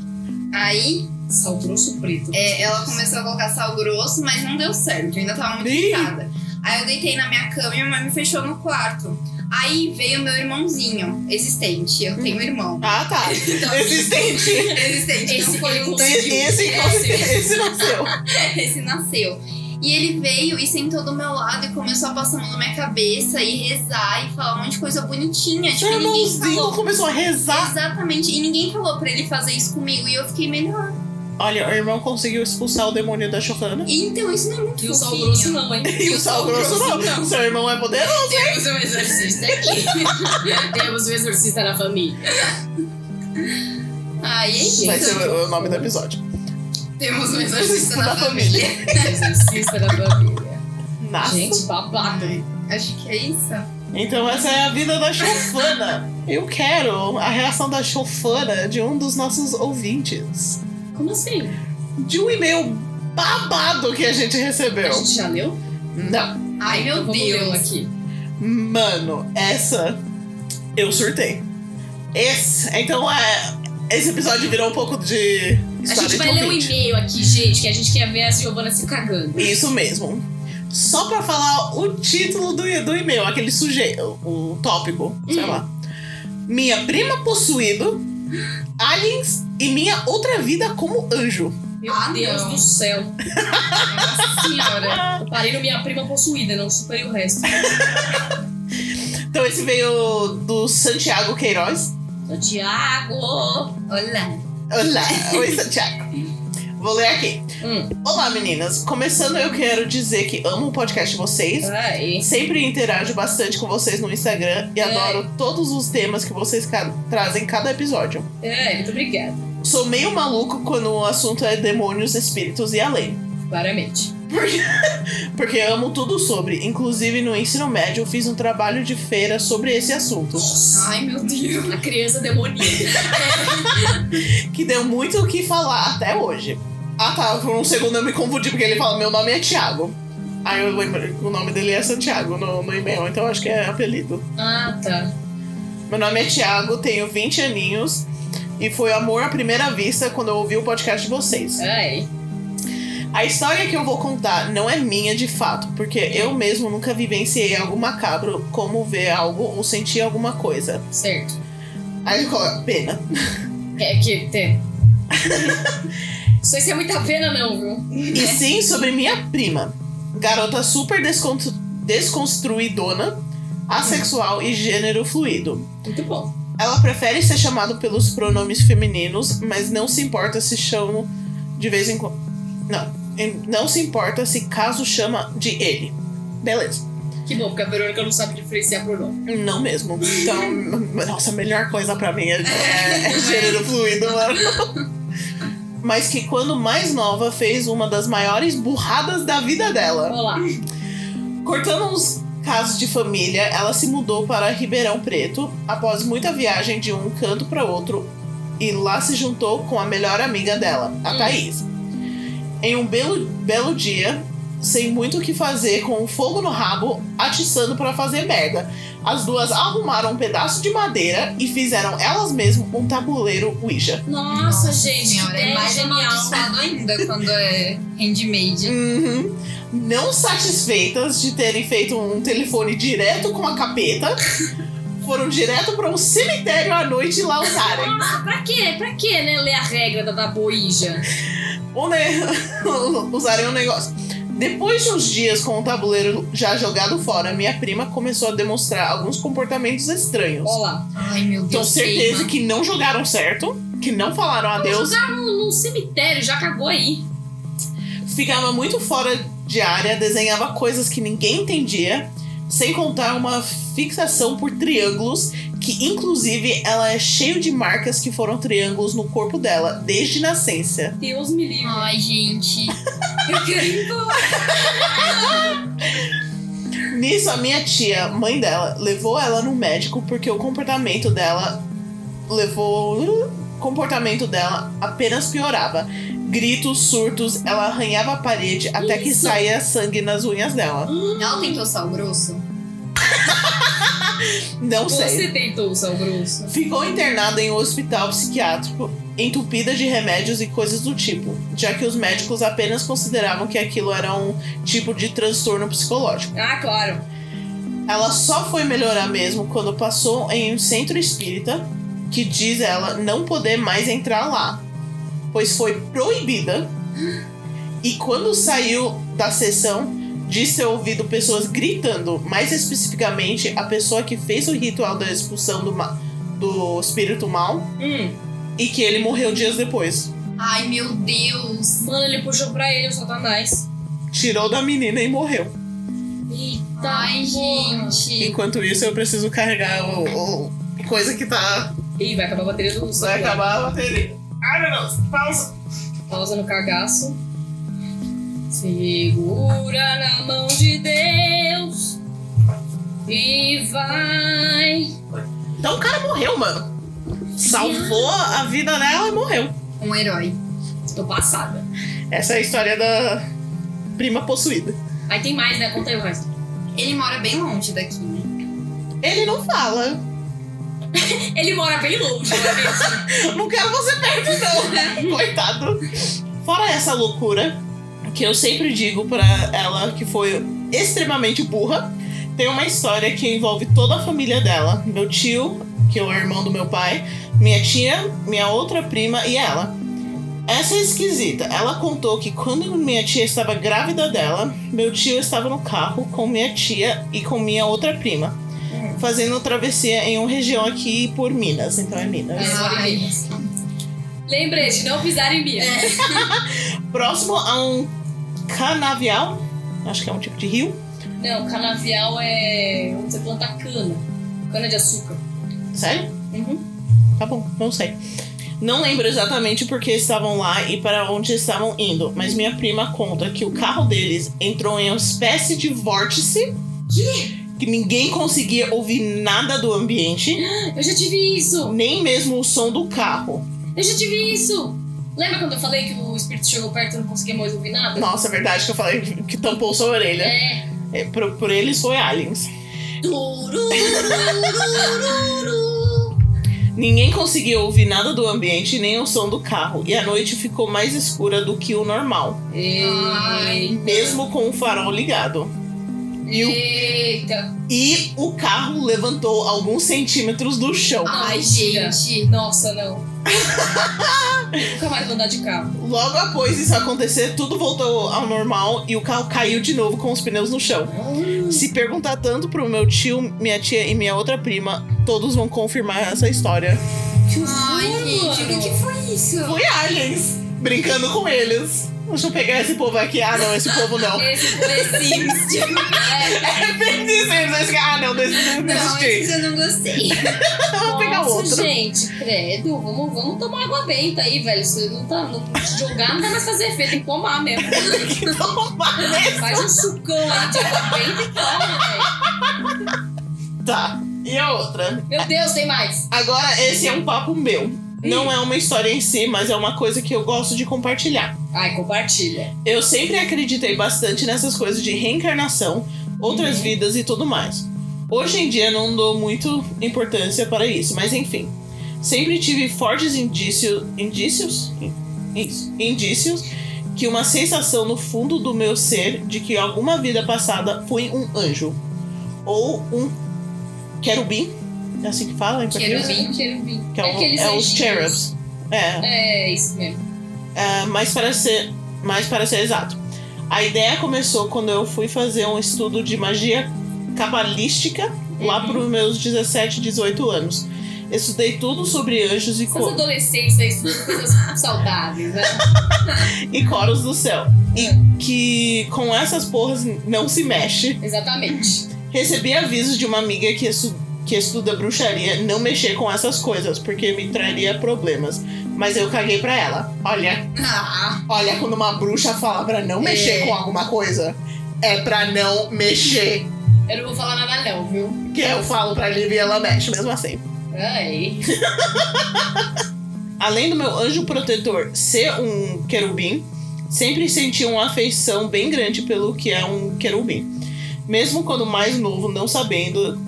S2: Aí
S3: É, Sal grosso preto.
S2: É, ela começou a colocar sal grosso, mas não deu certo, eu ainda tava muito
S1: Ih.
S2: irritada. Aí eu deitei na minha cama e minha mãe me fechou no quarto. Aí veio meu irmãozinho, existente. Eu tenho um irmão.
S1: Ah, tá.
S2: Então,
S1: Existente.
S2: existente, não
S3: Esse
S2: foi um
S3: eu consegui.
S1: Então é Esse, esse, esse não é seu.
S2: esse nasceu. E ele veio e sentou do meu lado e começou a passar a mão na minha cabeça e rezar e falar um monte de coisa bonitinha. Tipo,
S1: Seu
S2: e ninguém
S1: irmãozinho
S2: falou.
S1: começou a rezar.
S2: Exatamente, e ninguém falou pra ele fazer isso comigo e eu fiquei melhor.
S1: Olha, o irmão conseguiu expulsar o demônio da Giovana.
S2: Então, isso não é muito
S3: E o sal
S2: fofinho.
S3: grosso não, hein?
S1: E o sal grosso não. Seu irmão é poderoso.
S3: Temos um exorcista aqui. Temos um exorcista na família.
S2: Ai, é isso.
S1: Vai ser o o nome do episódio.
S2: Temos um exorcista na
S1: Da
S2: família.
S1: família.
S3: um Exorcista na família.
S1: Nossa.
S3: Gente, babado.
S2: Acho que é isso.
S1: Então essa é a vida da chofana. Eu quero a reação da chofana de um dos nossos ouvintes.
S3: Como assim?
S1: De um e-mail babado que a gente
S3: A
S1: recebeu.
S3: gente já leu?
S1: Não.
S2: Ai, meu
S3: Vamos lê-lo
S2: Deus.
S3: aqui.
S1: Mano, essa eu surtei. Esse, então é, esse episódio virou um pouco de
S3: A
S1: história
S3: gente vai
S1: de
S3: ler um
S1: ouvinte.
S3: e-mail aqui, gente, que a gente quer ver as Giovanas se cagando.
S1: Isso mesmo. Só pra falar o título do, do e-mail, aquele sujeito, o tópico, sei
S3: Hum.
S1: lá. Minha prima possuído, aliens e minha outra vida como anjo.
S3: Meu
S2: Ah,
S3: Deus
S2: não.
S3: do céu. Nossa senhora. Eu Parei no Minha Prima Possuída, não superei o resto.
S1: Então esse veio do Santiago Queiroz.
S3: Santiago!
S2: Olá.
S1: Olá, oi Santiago. Vou ler aqui.
S3: Hum.
S1: Olá meninas, começando eu quero dizer que amo o podcast de vocês.
S3: Ai.
S1: Sempre interajo bastante com vocês no Instagram e
S3: É.
S1: adoro todos os temas que vocês ca- trazem em cada episódio.
S3: Ai, muito obrigada.
S1: Sou meio maluco quando o assunto é demônios, espíritos e além.
S3: Claramente.
S1: Porque amo tudo sobre. Inclusive, no ensino médio, eu fiz um trabalho de feira sobre esse assunto.
S2: Ai, meu Deus.
S3: Uma criança demoníaca.
S1: Que deu muito o que falar até hoje. Ah tá, por um segundo eu me confundi, porque ele fala: meu nome é Tiago. Aí eu lembro, que o nome dele é Santiago no, no e-mail, então acho que é apelido.
S3: Ah, tá.
S1: Meu nome é Tiago, tenho 20 aninhos. E foi amor à primeira vista quando eu ouvi o podcast de vocês.
S3: Ai.
S1: A história que eu vou contar não é minha de fato, porque eu mesmo nunca vivenciei algo macabro, como ver algo ou sentir alguma coisa.
S3: Certo.
S1: Aí ele coloca, pena.
S3: É que tem. Não sei se é muita pena, não, viu?
S1: E sim, sobre minha prima. Garota super descon- desconstruidona, assexual e gênero fluido.
S3: Muito bom.
S1: Ela prefere ser chamada pelos pronomes femininos, mas não se importa se chamo de vez em quando. Não. Não se importa se caso chama de ele. Beleza.
S3: Que bom, porque a Verônica não sabe diferenciar pronome.
S1: Não mesmo. Então, nossa, a melhor coisa pra mim é, é- é gênero fluido, mano. Mas que quando mais nova fez uma das maiores burradas da vida dela.
S3: Olá.
S1: Cortando uns casos de família, ela se mudou para Ribeirão Preto após muita viagem de um canto para outro e lá se juntou com a melhor amiga dela, a
S3: Hum.
S1: Thaís. Em um belo, belo dia, sem muito o que fazer, com o fogo no rabo, atiçando para fazer merda, as duas arrumaram um pedaço de madeira e fizeram elas mesmas um tabuleiro Ouija.
S3: Nossa, gente,
S2: senhora,
S3: que
S2: é
S3: ideia
S2: mais
S3: genial.
S2: amaldiçoado ainda quando é handmade.
S1: Uhum. Não satisfeitas de terem feito um telefone direto com a capeta, foram direto para um cemitério à noite e lá usarem.
S3: Nossa, pra quê? Pra quê, né? Ler a regra da, da boija.
S1: Um ne- usarem um negócio. Depois de uns dias com o tabuleiro já jogado fora, minha prima começou a demonstrar alguns comportamentos estranhos.
S3: Olá.
S2: Ai, meu
S1: Tenho
S2: Deus.
S1: certeza
S2: queima.
S1: que não jogaram certo, que não falaram adeus.
S3: Jogaram num, num cemitério, já cagou aí.
S1: ficava muito fora de área, desenhava coisas que ninguém entendia, sem contar uma fixação por triângulos, que inclusive ela é cheio de marcas que foram triângulos no corpo dela desde nascença.
S3: Deus me livre.
S2: Ai, gente.
S1: Ah.
S2: Eu quero ir embora.
S1: Nisso a minha tia, mãe dela, levou ela no médico porque o comportamento dela levou o comportamento dela apenas piorava. Gritos, surtos, ela arranhava a parede até que
S3: Isso.
S1: saía sangue nas unhas dela.
S2: Ela tentou sal grosso?
S1: Não sei.
S3: Você tentou, sal grosso.
S1: Ficou internada em um hospital psiquiátrico, entupida de remédios e coisas do tipo, já que os médicos apenas consideravam que aquilo era um tipo de transtorno psicológico.
S3: Ah, claro.
S1: Ela só foi melhorar mesmo quando passou em um centro espírita, que diz ela não poder mais entrar lá, pois foi proibida. E quando saiu da sessão, disse ter ouvido pessoas gritando, mais especificamente a pessoa que fez o ritual da expulsão do, ma- do espírito mal
S3: Hum.
S1: e que ele morreu dias depois.
S2: Ai, meu Deus.
S3: Mano, ele puxou pra ele o satanás.
S1: Tirou da menina e morreu.
S3: Eita.
S2: Ai,
S3: porra.
S2: gente.
S1: Enquanto isso, eu preciso carregar o. o- coisa que tá.
S3: Ih, vai acabar a bateria do celular.
S1: Vai acabar a bateria. Ai meu Deus, pausa.
S3: Pausa no cagaço. Segura na mão de Deus. E vai.
S1: Então o cara morreu, mano. Salvou a vida dela e morreu.
S2: Um herói.
S3: Tô passada.
S1: Essa é a história da prima possuída.
S3: Aí tem mais, né? Conta aí o resto.
S2: Ele mora bem longe daqui, né?
S1: Ele não fala.
S3: Ele mora bem longe, né? mesmo?
S1: Não quero você perto, não. Coitado. Fora essa loucura, que eu sempre digo pra ela que foi extremamente burra, tem uma história que envolve toda a família dela: meu tio, que é o irmão do meu pai, minha tia, minha outra prima e ela. Essa é esquisita. Ela contou que quando minha tia estava grávida dela, meu tio estava no carro com minha tia e com minha outra prima, fazendo travessia em uma região aqui por Minas. Então é Minas.
S4: É.
S2: Ai.
S4: Lembrete, não pisar em mim.
S1: É. Próximo a um canavial, acho que é um tipo de rio.
S3: Não, canavial é onde você planta cana. Cana de açúcar.
S1: Sério? Tá bom, não sei. Não lembro exatamente por que estavam lá e para onde estavam indo, mas minha prima conta que o carro deles entrou em uma espécie de vórtice. Que ninguém conseguia ouvir nada do ambiente,
S3: Ah, Eu já tive isso!
S1: nem mesmo o som do carro.
S3: Eu já tive isso! Lembra quando eu falei que o espírito chegou perto e eu não conseguia mais ouvir nada?
S1: Nossa, é verdade que eu falei que que tampou sua orelha.
S3: É.
S1: É, por, por eles foi aliens. Ninguém conseguia ouvir nada do ambiente, nem o som do carro, e a noite ficou mais escura do que o normal,
S3: Ai.
S1: mesmo com o farol ligado. E o
S3: Eita!
S1: E o carro levantou alguns centímetros do chão.
S2: Ai,
S3: Mentira.
S2: gente.
S3: Nossa, não. Nunca mais vou andar de carro.
S1: Logo após isso acontecer, tudo voltou ao normal e o carro caiu de novo com os pneus no chão. Se perguntar tanto pro meu tio, minha tia e minha outra prima, todos vão confirmar essa história.
S2: Ai, gente, o que, que foi isso?
S1: Foi aliens brincando com eles. Deixa eu pegar esse povo aqui. Ah, não, esse povo não.
S3: Esse foi
S1: É bem dizer, esse- Ah, não, desisti.
S2: Não,
S1: desisti.
S2: esses eu não gostei.
S1: Vamos pegar
S3: Nossa,
S1: outro.
S3: gente, credo. Vamos, vamos tomar água benta aí, velho. Isso não tá. Não, jogar não vai mais fazer efeito, tem que tomar mesmo.
S1: Então, vai.
S3: Faz um sucão aí de água benta e toma, velho.
S1: Tá. E a outra?
S3: Meu Deus, tem mais.
S1: Agora, esse é um papo meu.
S3: Hum.
S1: Não é uma história em si, mas é uma coisa que eu gosto de compartilhar.
S3: Ai, compartilha.
S1: Eu sempre acreditei bastante nessas coisas de reencarnação, outras
S3: Uhum.
S1: vidas e tudo mais. Hoje em dia não dou muito importância para isso, mas enfim. Sempre tive fortes indícios. Indícios? Isso. Indícios que uma sensação no fundo do meu ser de que alguma vida passada fui um anjo. Ou um querubim. É assim que fala em português?
S3: Querubim, querubim.
S1: Que é, o-
S3: aqueles
S1: é os
S3: anjinhos.
S1: cherubs. É,
S3: É, isso mesmo.
S1: é, mas para ser, mas para ser exato. A ideia começou quando eu fui fazer um estudo de magia cabalística lá para os meus 17, 18 anos. Estudei tudo sobre anjos e,
S3: Essas
S1: co
S3: adolescências, essas coisas saudáveis, né?
S1: e coros do céu. E que com essas porras não se mexe.
S3: Exatamente.
S1: Recebi avisos de uma amiga que, estu- que estuda bruxaria não mexer com essas coisas, porque me traria problemas. Mas eu caguei pra ela. Olha,
S2: Ah,
S1: Olha, quando uma bruxa fala pra não mexer
S3: É.
S1: com alguma coisa, é pra não mexer.
S3: Eu não vou falar nada, não, viu?
S1: Que eu falo pra Lívia e ela mexe mesmo assim.
S3: Ai.
S1: Além do meu anjo protetor ser um querubim, sempre senti uma afeição bem grande pelo que é um querubim. Mesmo quando mais novo, não sabendo,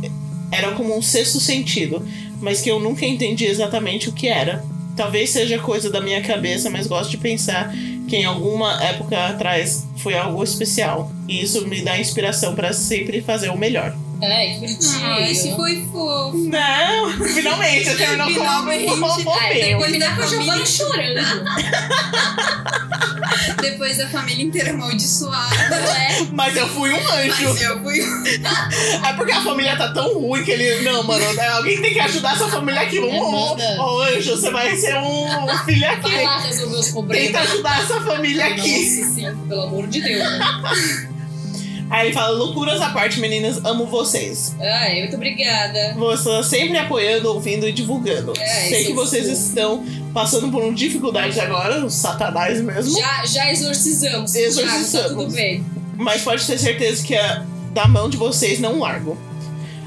S1: era como um sexto sentido, mas que eu nunca entendi exatamente o que era. Talvez seja coisa da minha cabeça, mas gosto de pensar que em alguma época atrás foi algo especial. E isso me dá inspiração pra sempre fazer o melhor.
S3: Ai, que bonitinho.
S2: esse foi fofo.
S1: Não, finalmente, você terminou com
S2: Finalmente.
S1: algo
S3: Ai,
S1: fofinho.
S3: depois
S2: Meu.
S3: da Giovana chorando.
S2: Depois da família inteira amaldiçoada.
S3: Não
S1: Mas eu fui um anjo.
S2: Mas eu fui.
S1: É porque a família tá tão ruim que ele. Não, mano, né, alguém tem que ajudar essa família
S3: É
S1: aqui. Ô, ô,
S3: manda.
S1: ô, anjo, você vai ser um filho
S3: é? Vai
S1: aqui.
S3: lá resolver os problemas.
S1: Tenta ajudar essa família tá aqui.
S3: Nossa, sim, pelo amor de Deus. né?
S1: Aí ele fala: loucuras à parte, meninas, amo vocês.
S3: Ai, muito obrigada.
S1: Vocês sempre apoiando, ouvindo e divulgando.
S3: É,
S1: Sei
S3: isso
S1: que
S3: é
S1: vocês
S3: fofo.
S1: estão passando por um dificuldades agora, os satanás mesmo.
S3: Já, já exorcizamos.
S1: Exorcizamos.
S3: Thiago, tá tudo bem.
S1: Mas pode ter certeza que a, da mão de vocês não largo.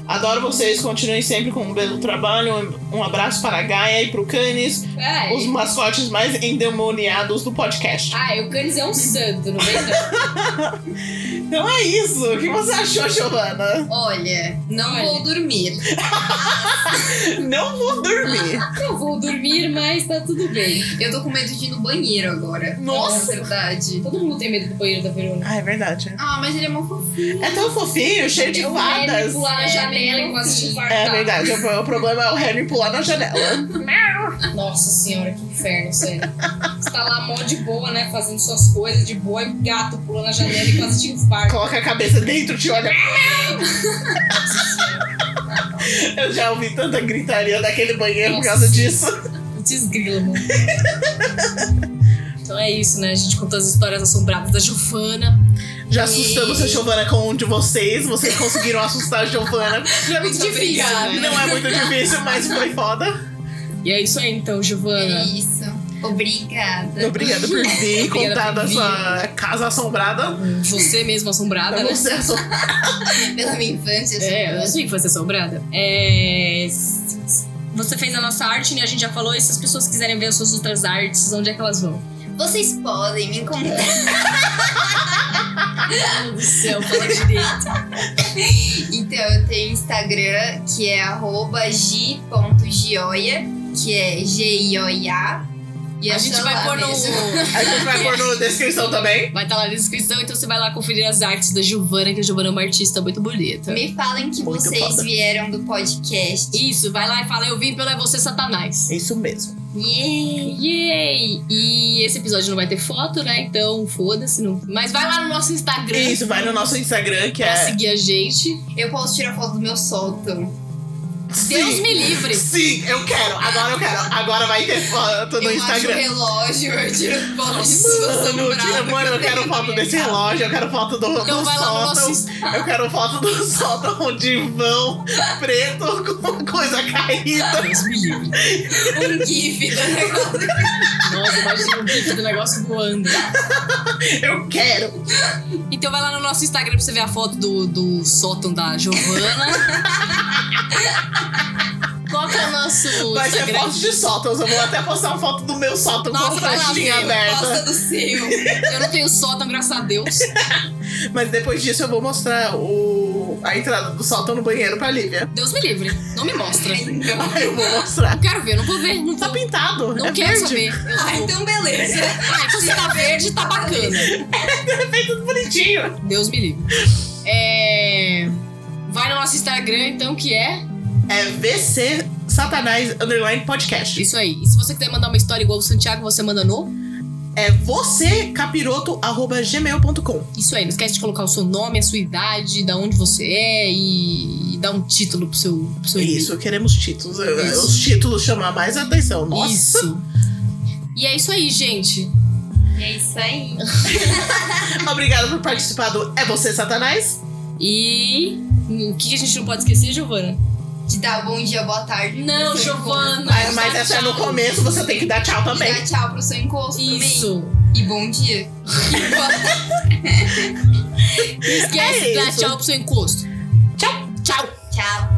S1: Adoro vocês, continuem sempre com um belo trabalho. Um, um abraço para a Gaia e pro Canis.
S3: Ai.
S1: os mascotes mais endemoniados do podcast.
S3: Ai, o Canis é um santo, não vem não.
S1: Então é isso. O que você achou, Giovana?
S2: Olha, não
S3: Olha.
S2: vou dormir.
S1: Não vou dormir.
S3: Eu vou dormir, mas tá tudo bem.
S2: Eu tô com medo de ir no banheiro agora.
S1: Nossa!
S2: É verdade.
S3: Todo mundo tem medo do banheiro da Verona.
S1: Ah, é verdade.
S2: Ah, mas ele é mó fofinho.
S1: É tão fofinho, cheio de
S3: Eu
S1: fadas.
S3: quero pular um na
S2: É
S3: janela
S5: janela e começa a te infartar.
S1: É verdade, o, o problema é o Harry pular na janela.
S5: Nossa senhora, que inferno, sério. Você tá lá mó de boa, né? Fazendo suas coisas de boa, e o gato pula na janela e quase te infarta.
S1: Coloca a cabeça dentro, te olha. Eu já ouvi tanta gritaria daquele banheiro por causa disso.
S5: Te esgrila, mano.
S3: Então é isso, né? A gente contou as histórias assombradas da Giovana.
S1: Já assustamos a Giovana com um de vocês. Vocês conseguiram assustar a Giovana.
S5: É muito difícil,
S3: obrigada.
S5: né?
S1: Não é muito difícil, mas foi foda.
S3: E é isso aí, então,
S2: É
S3: Giovana.
S2: isso. Obrigada.
S1: Obrigada por vir
S3: por
S1: contar da
S3: vir.
S1: sua casa assombrada. Tá
S3: Você mesma assombrada,
S1: Eu
S3: né?
S1: não sei, eu sou-
S2: Pela minha infância.
S3: É, eu não
S2: assim,
S3: sei que você é assombrada. É, s- s- Você fez a nossa arte, né? A gente já falou. E se as pessoas quiserem ver as suas outras artes, onde é que elas vão?
S2: Vocês podem me encontrar
S3: Meu Deus do céu, fala direito.
S2: Então, eu tenho Instagram, que é arroba gi.gioia, que é G-I-O-I-A. E
S3: a
S2: é
S3: gente
S2: só
S3: vai
S2: lá
S3: pôr no.
S2: mesmo.
S1: A gente vai pôr na descrição também.
S3: Vai estar lá na descrição, então você vai lá conferir as artes da Giovana, que a Giovana é uma artista muito bonita.
S2: Me falem que
S1: Muito
S2: vocês
S1: foda.
S2: vieram do podcast.
S3: Isso, vai lá e fala, eu vim pelo É Você Satanás.
S1: Isso mesmo.
S3: Yay! Yay! E esse episódio não vai ter foto, né? Então foda-se. Não... Mas vai lá no nosso Instagram
S1: Isso, vai no nosso Instagram, que
S3: pra
S1: é.
S3: seguir a gente.
S2: Eu posso tirar foto do meu sótão.
S3: Deus
S1: Sim.
S3: me livre!
S1: Sim, eu quero. Agora eu quero. Agora vai ter foto no
S2: eu acho o
S1: Instagram.
S2: relógio, eu tiro foto de
S1: Mano,
S2: tudo.
S1: tira- mano, eu quero foto desse relógio, eu quero foto do,
S3: Então
S1: do
S3: vai lá no nosso
S1: sótão.
S3: Insta-
S1: Eu quero foto do sótão com divão preto com coisa caída.
S3: Deus me livre.
S2: Um gif do negócio.
S3: Nossa, imagina o gif do negócio voando.
S1: Eu quero.
S3: Então vai lá no nosso Instagram pra você ver a foto do, do sótão da Giovana. Qual que é o nosso
S1: Vai ser
S3: Instagram?
S1: foto de sótãos. Eu vou até postar uma foto do meu sótão
S3: Nossa,
S1: com
S3: vai lá,
S1: flechinha
S3: filho,
S1: aberta.
S2: Gosta do seu.
S3: Eu não tenho sótão, graças a Deus.
S1: Mas depois disso eu vou mostrar o... a entrada do sótão no banheiro pra Lívia.
S3: Deus me livre. Não me mostra. Não
S1: Aí eu vou mostrar.
S3: quero ver, não vou ver. Não,
S1: Tá
S3: vou,
S1: pintado.
S3: não
S1: é verde.
S3: quero saber. Eu
S2: Ah,
S3: sou-
S2: então beleza.
S3: Ah, então se tá verde, tá bacana.
S1: Vem É tudo bonitinho.
S3: Deus me livre. É... Vai no nosso Instagram, então, que é
S1: É VC Satanás Underline Podcast.
S3: isso aí. E se você quiser mandar uma história igual o Santiago, você manda no.
S1: É você capiroto arroba gmail.com.
S3: Isso aí. Não esquece de colocar o seu nome, a sua idade, da onde você é e, e dar um título pro seu, pro seu e-mail.
S1: Isso, queremos títulos. Eu- eu-
S3: Isso.
S1: Os títulos chamam mais atenção. Nossa.
S3: Isso. E é isso aí, gente.
S2: E é isso aí.
S1: Obrigada por participar do É Você Satanás.
S3: E o que a gente não pode esquecer, Giovana?
S2: De dar bom dia, boa tarde.
S3: Não,
S2: pro seu encosto.
S3: Giovana.
S1: Mas,
S3: dá
S1: essa é no
S3: tchau.
S1: começo, você tem que dar tchau
S2: E
S1: também.
S2: dar tchau pro seu encosto também.
S3: Isso.
S2: E bom dia. E boa
S3: Esquece
S1: É
S3: de dar
S1: isso.
S3: tchau pro seu encosto. Tchau. Tchau.
S2: Tchau.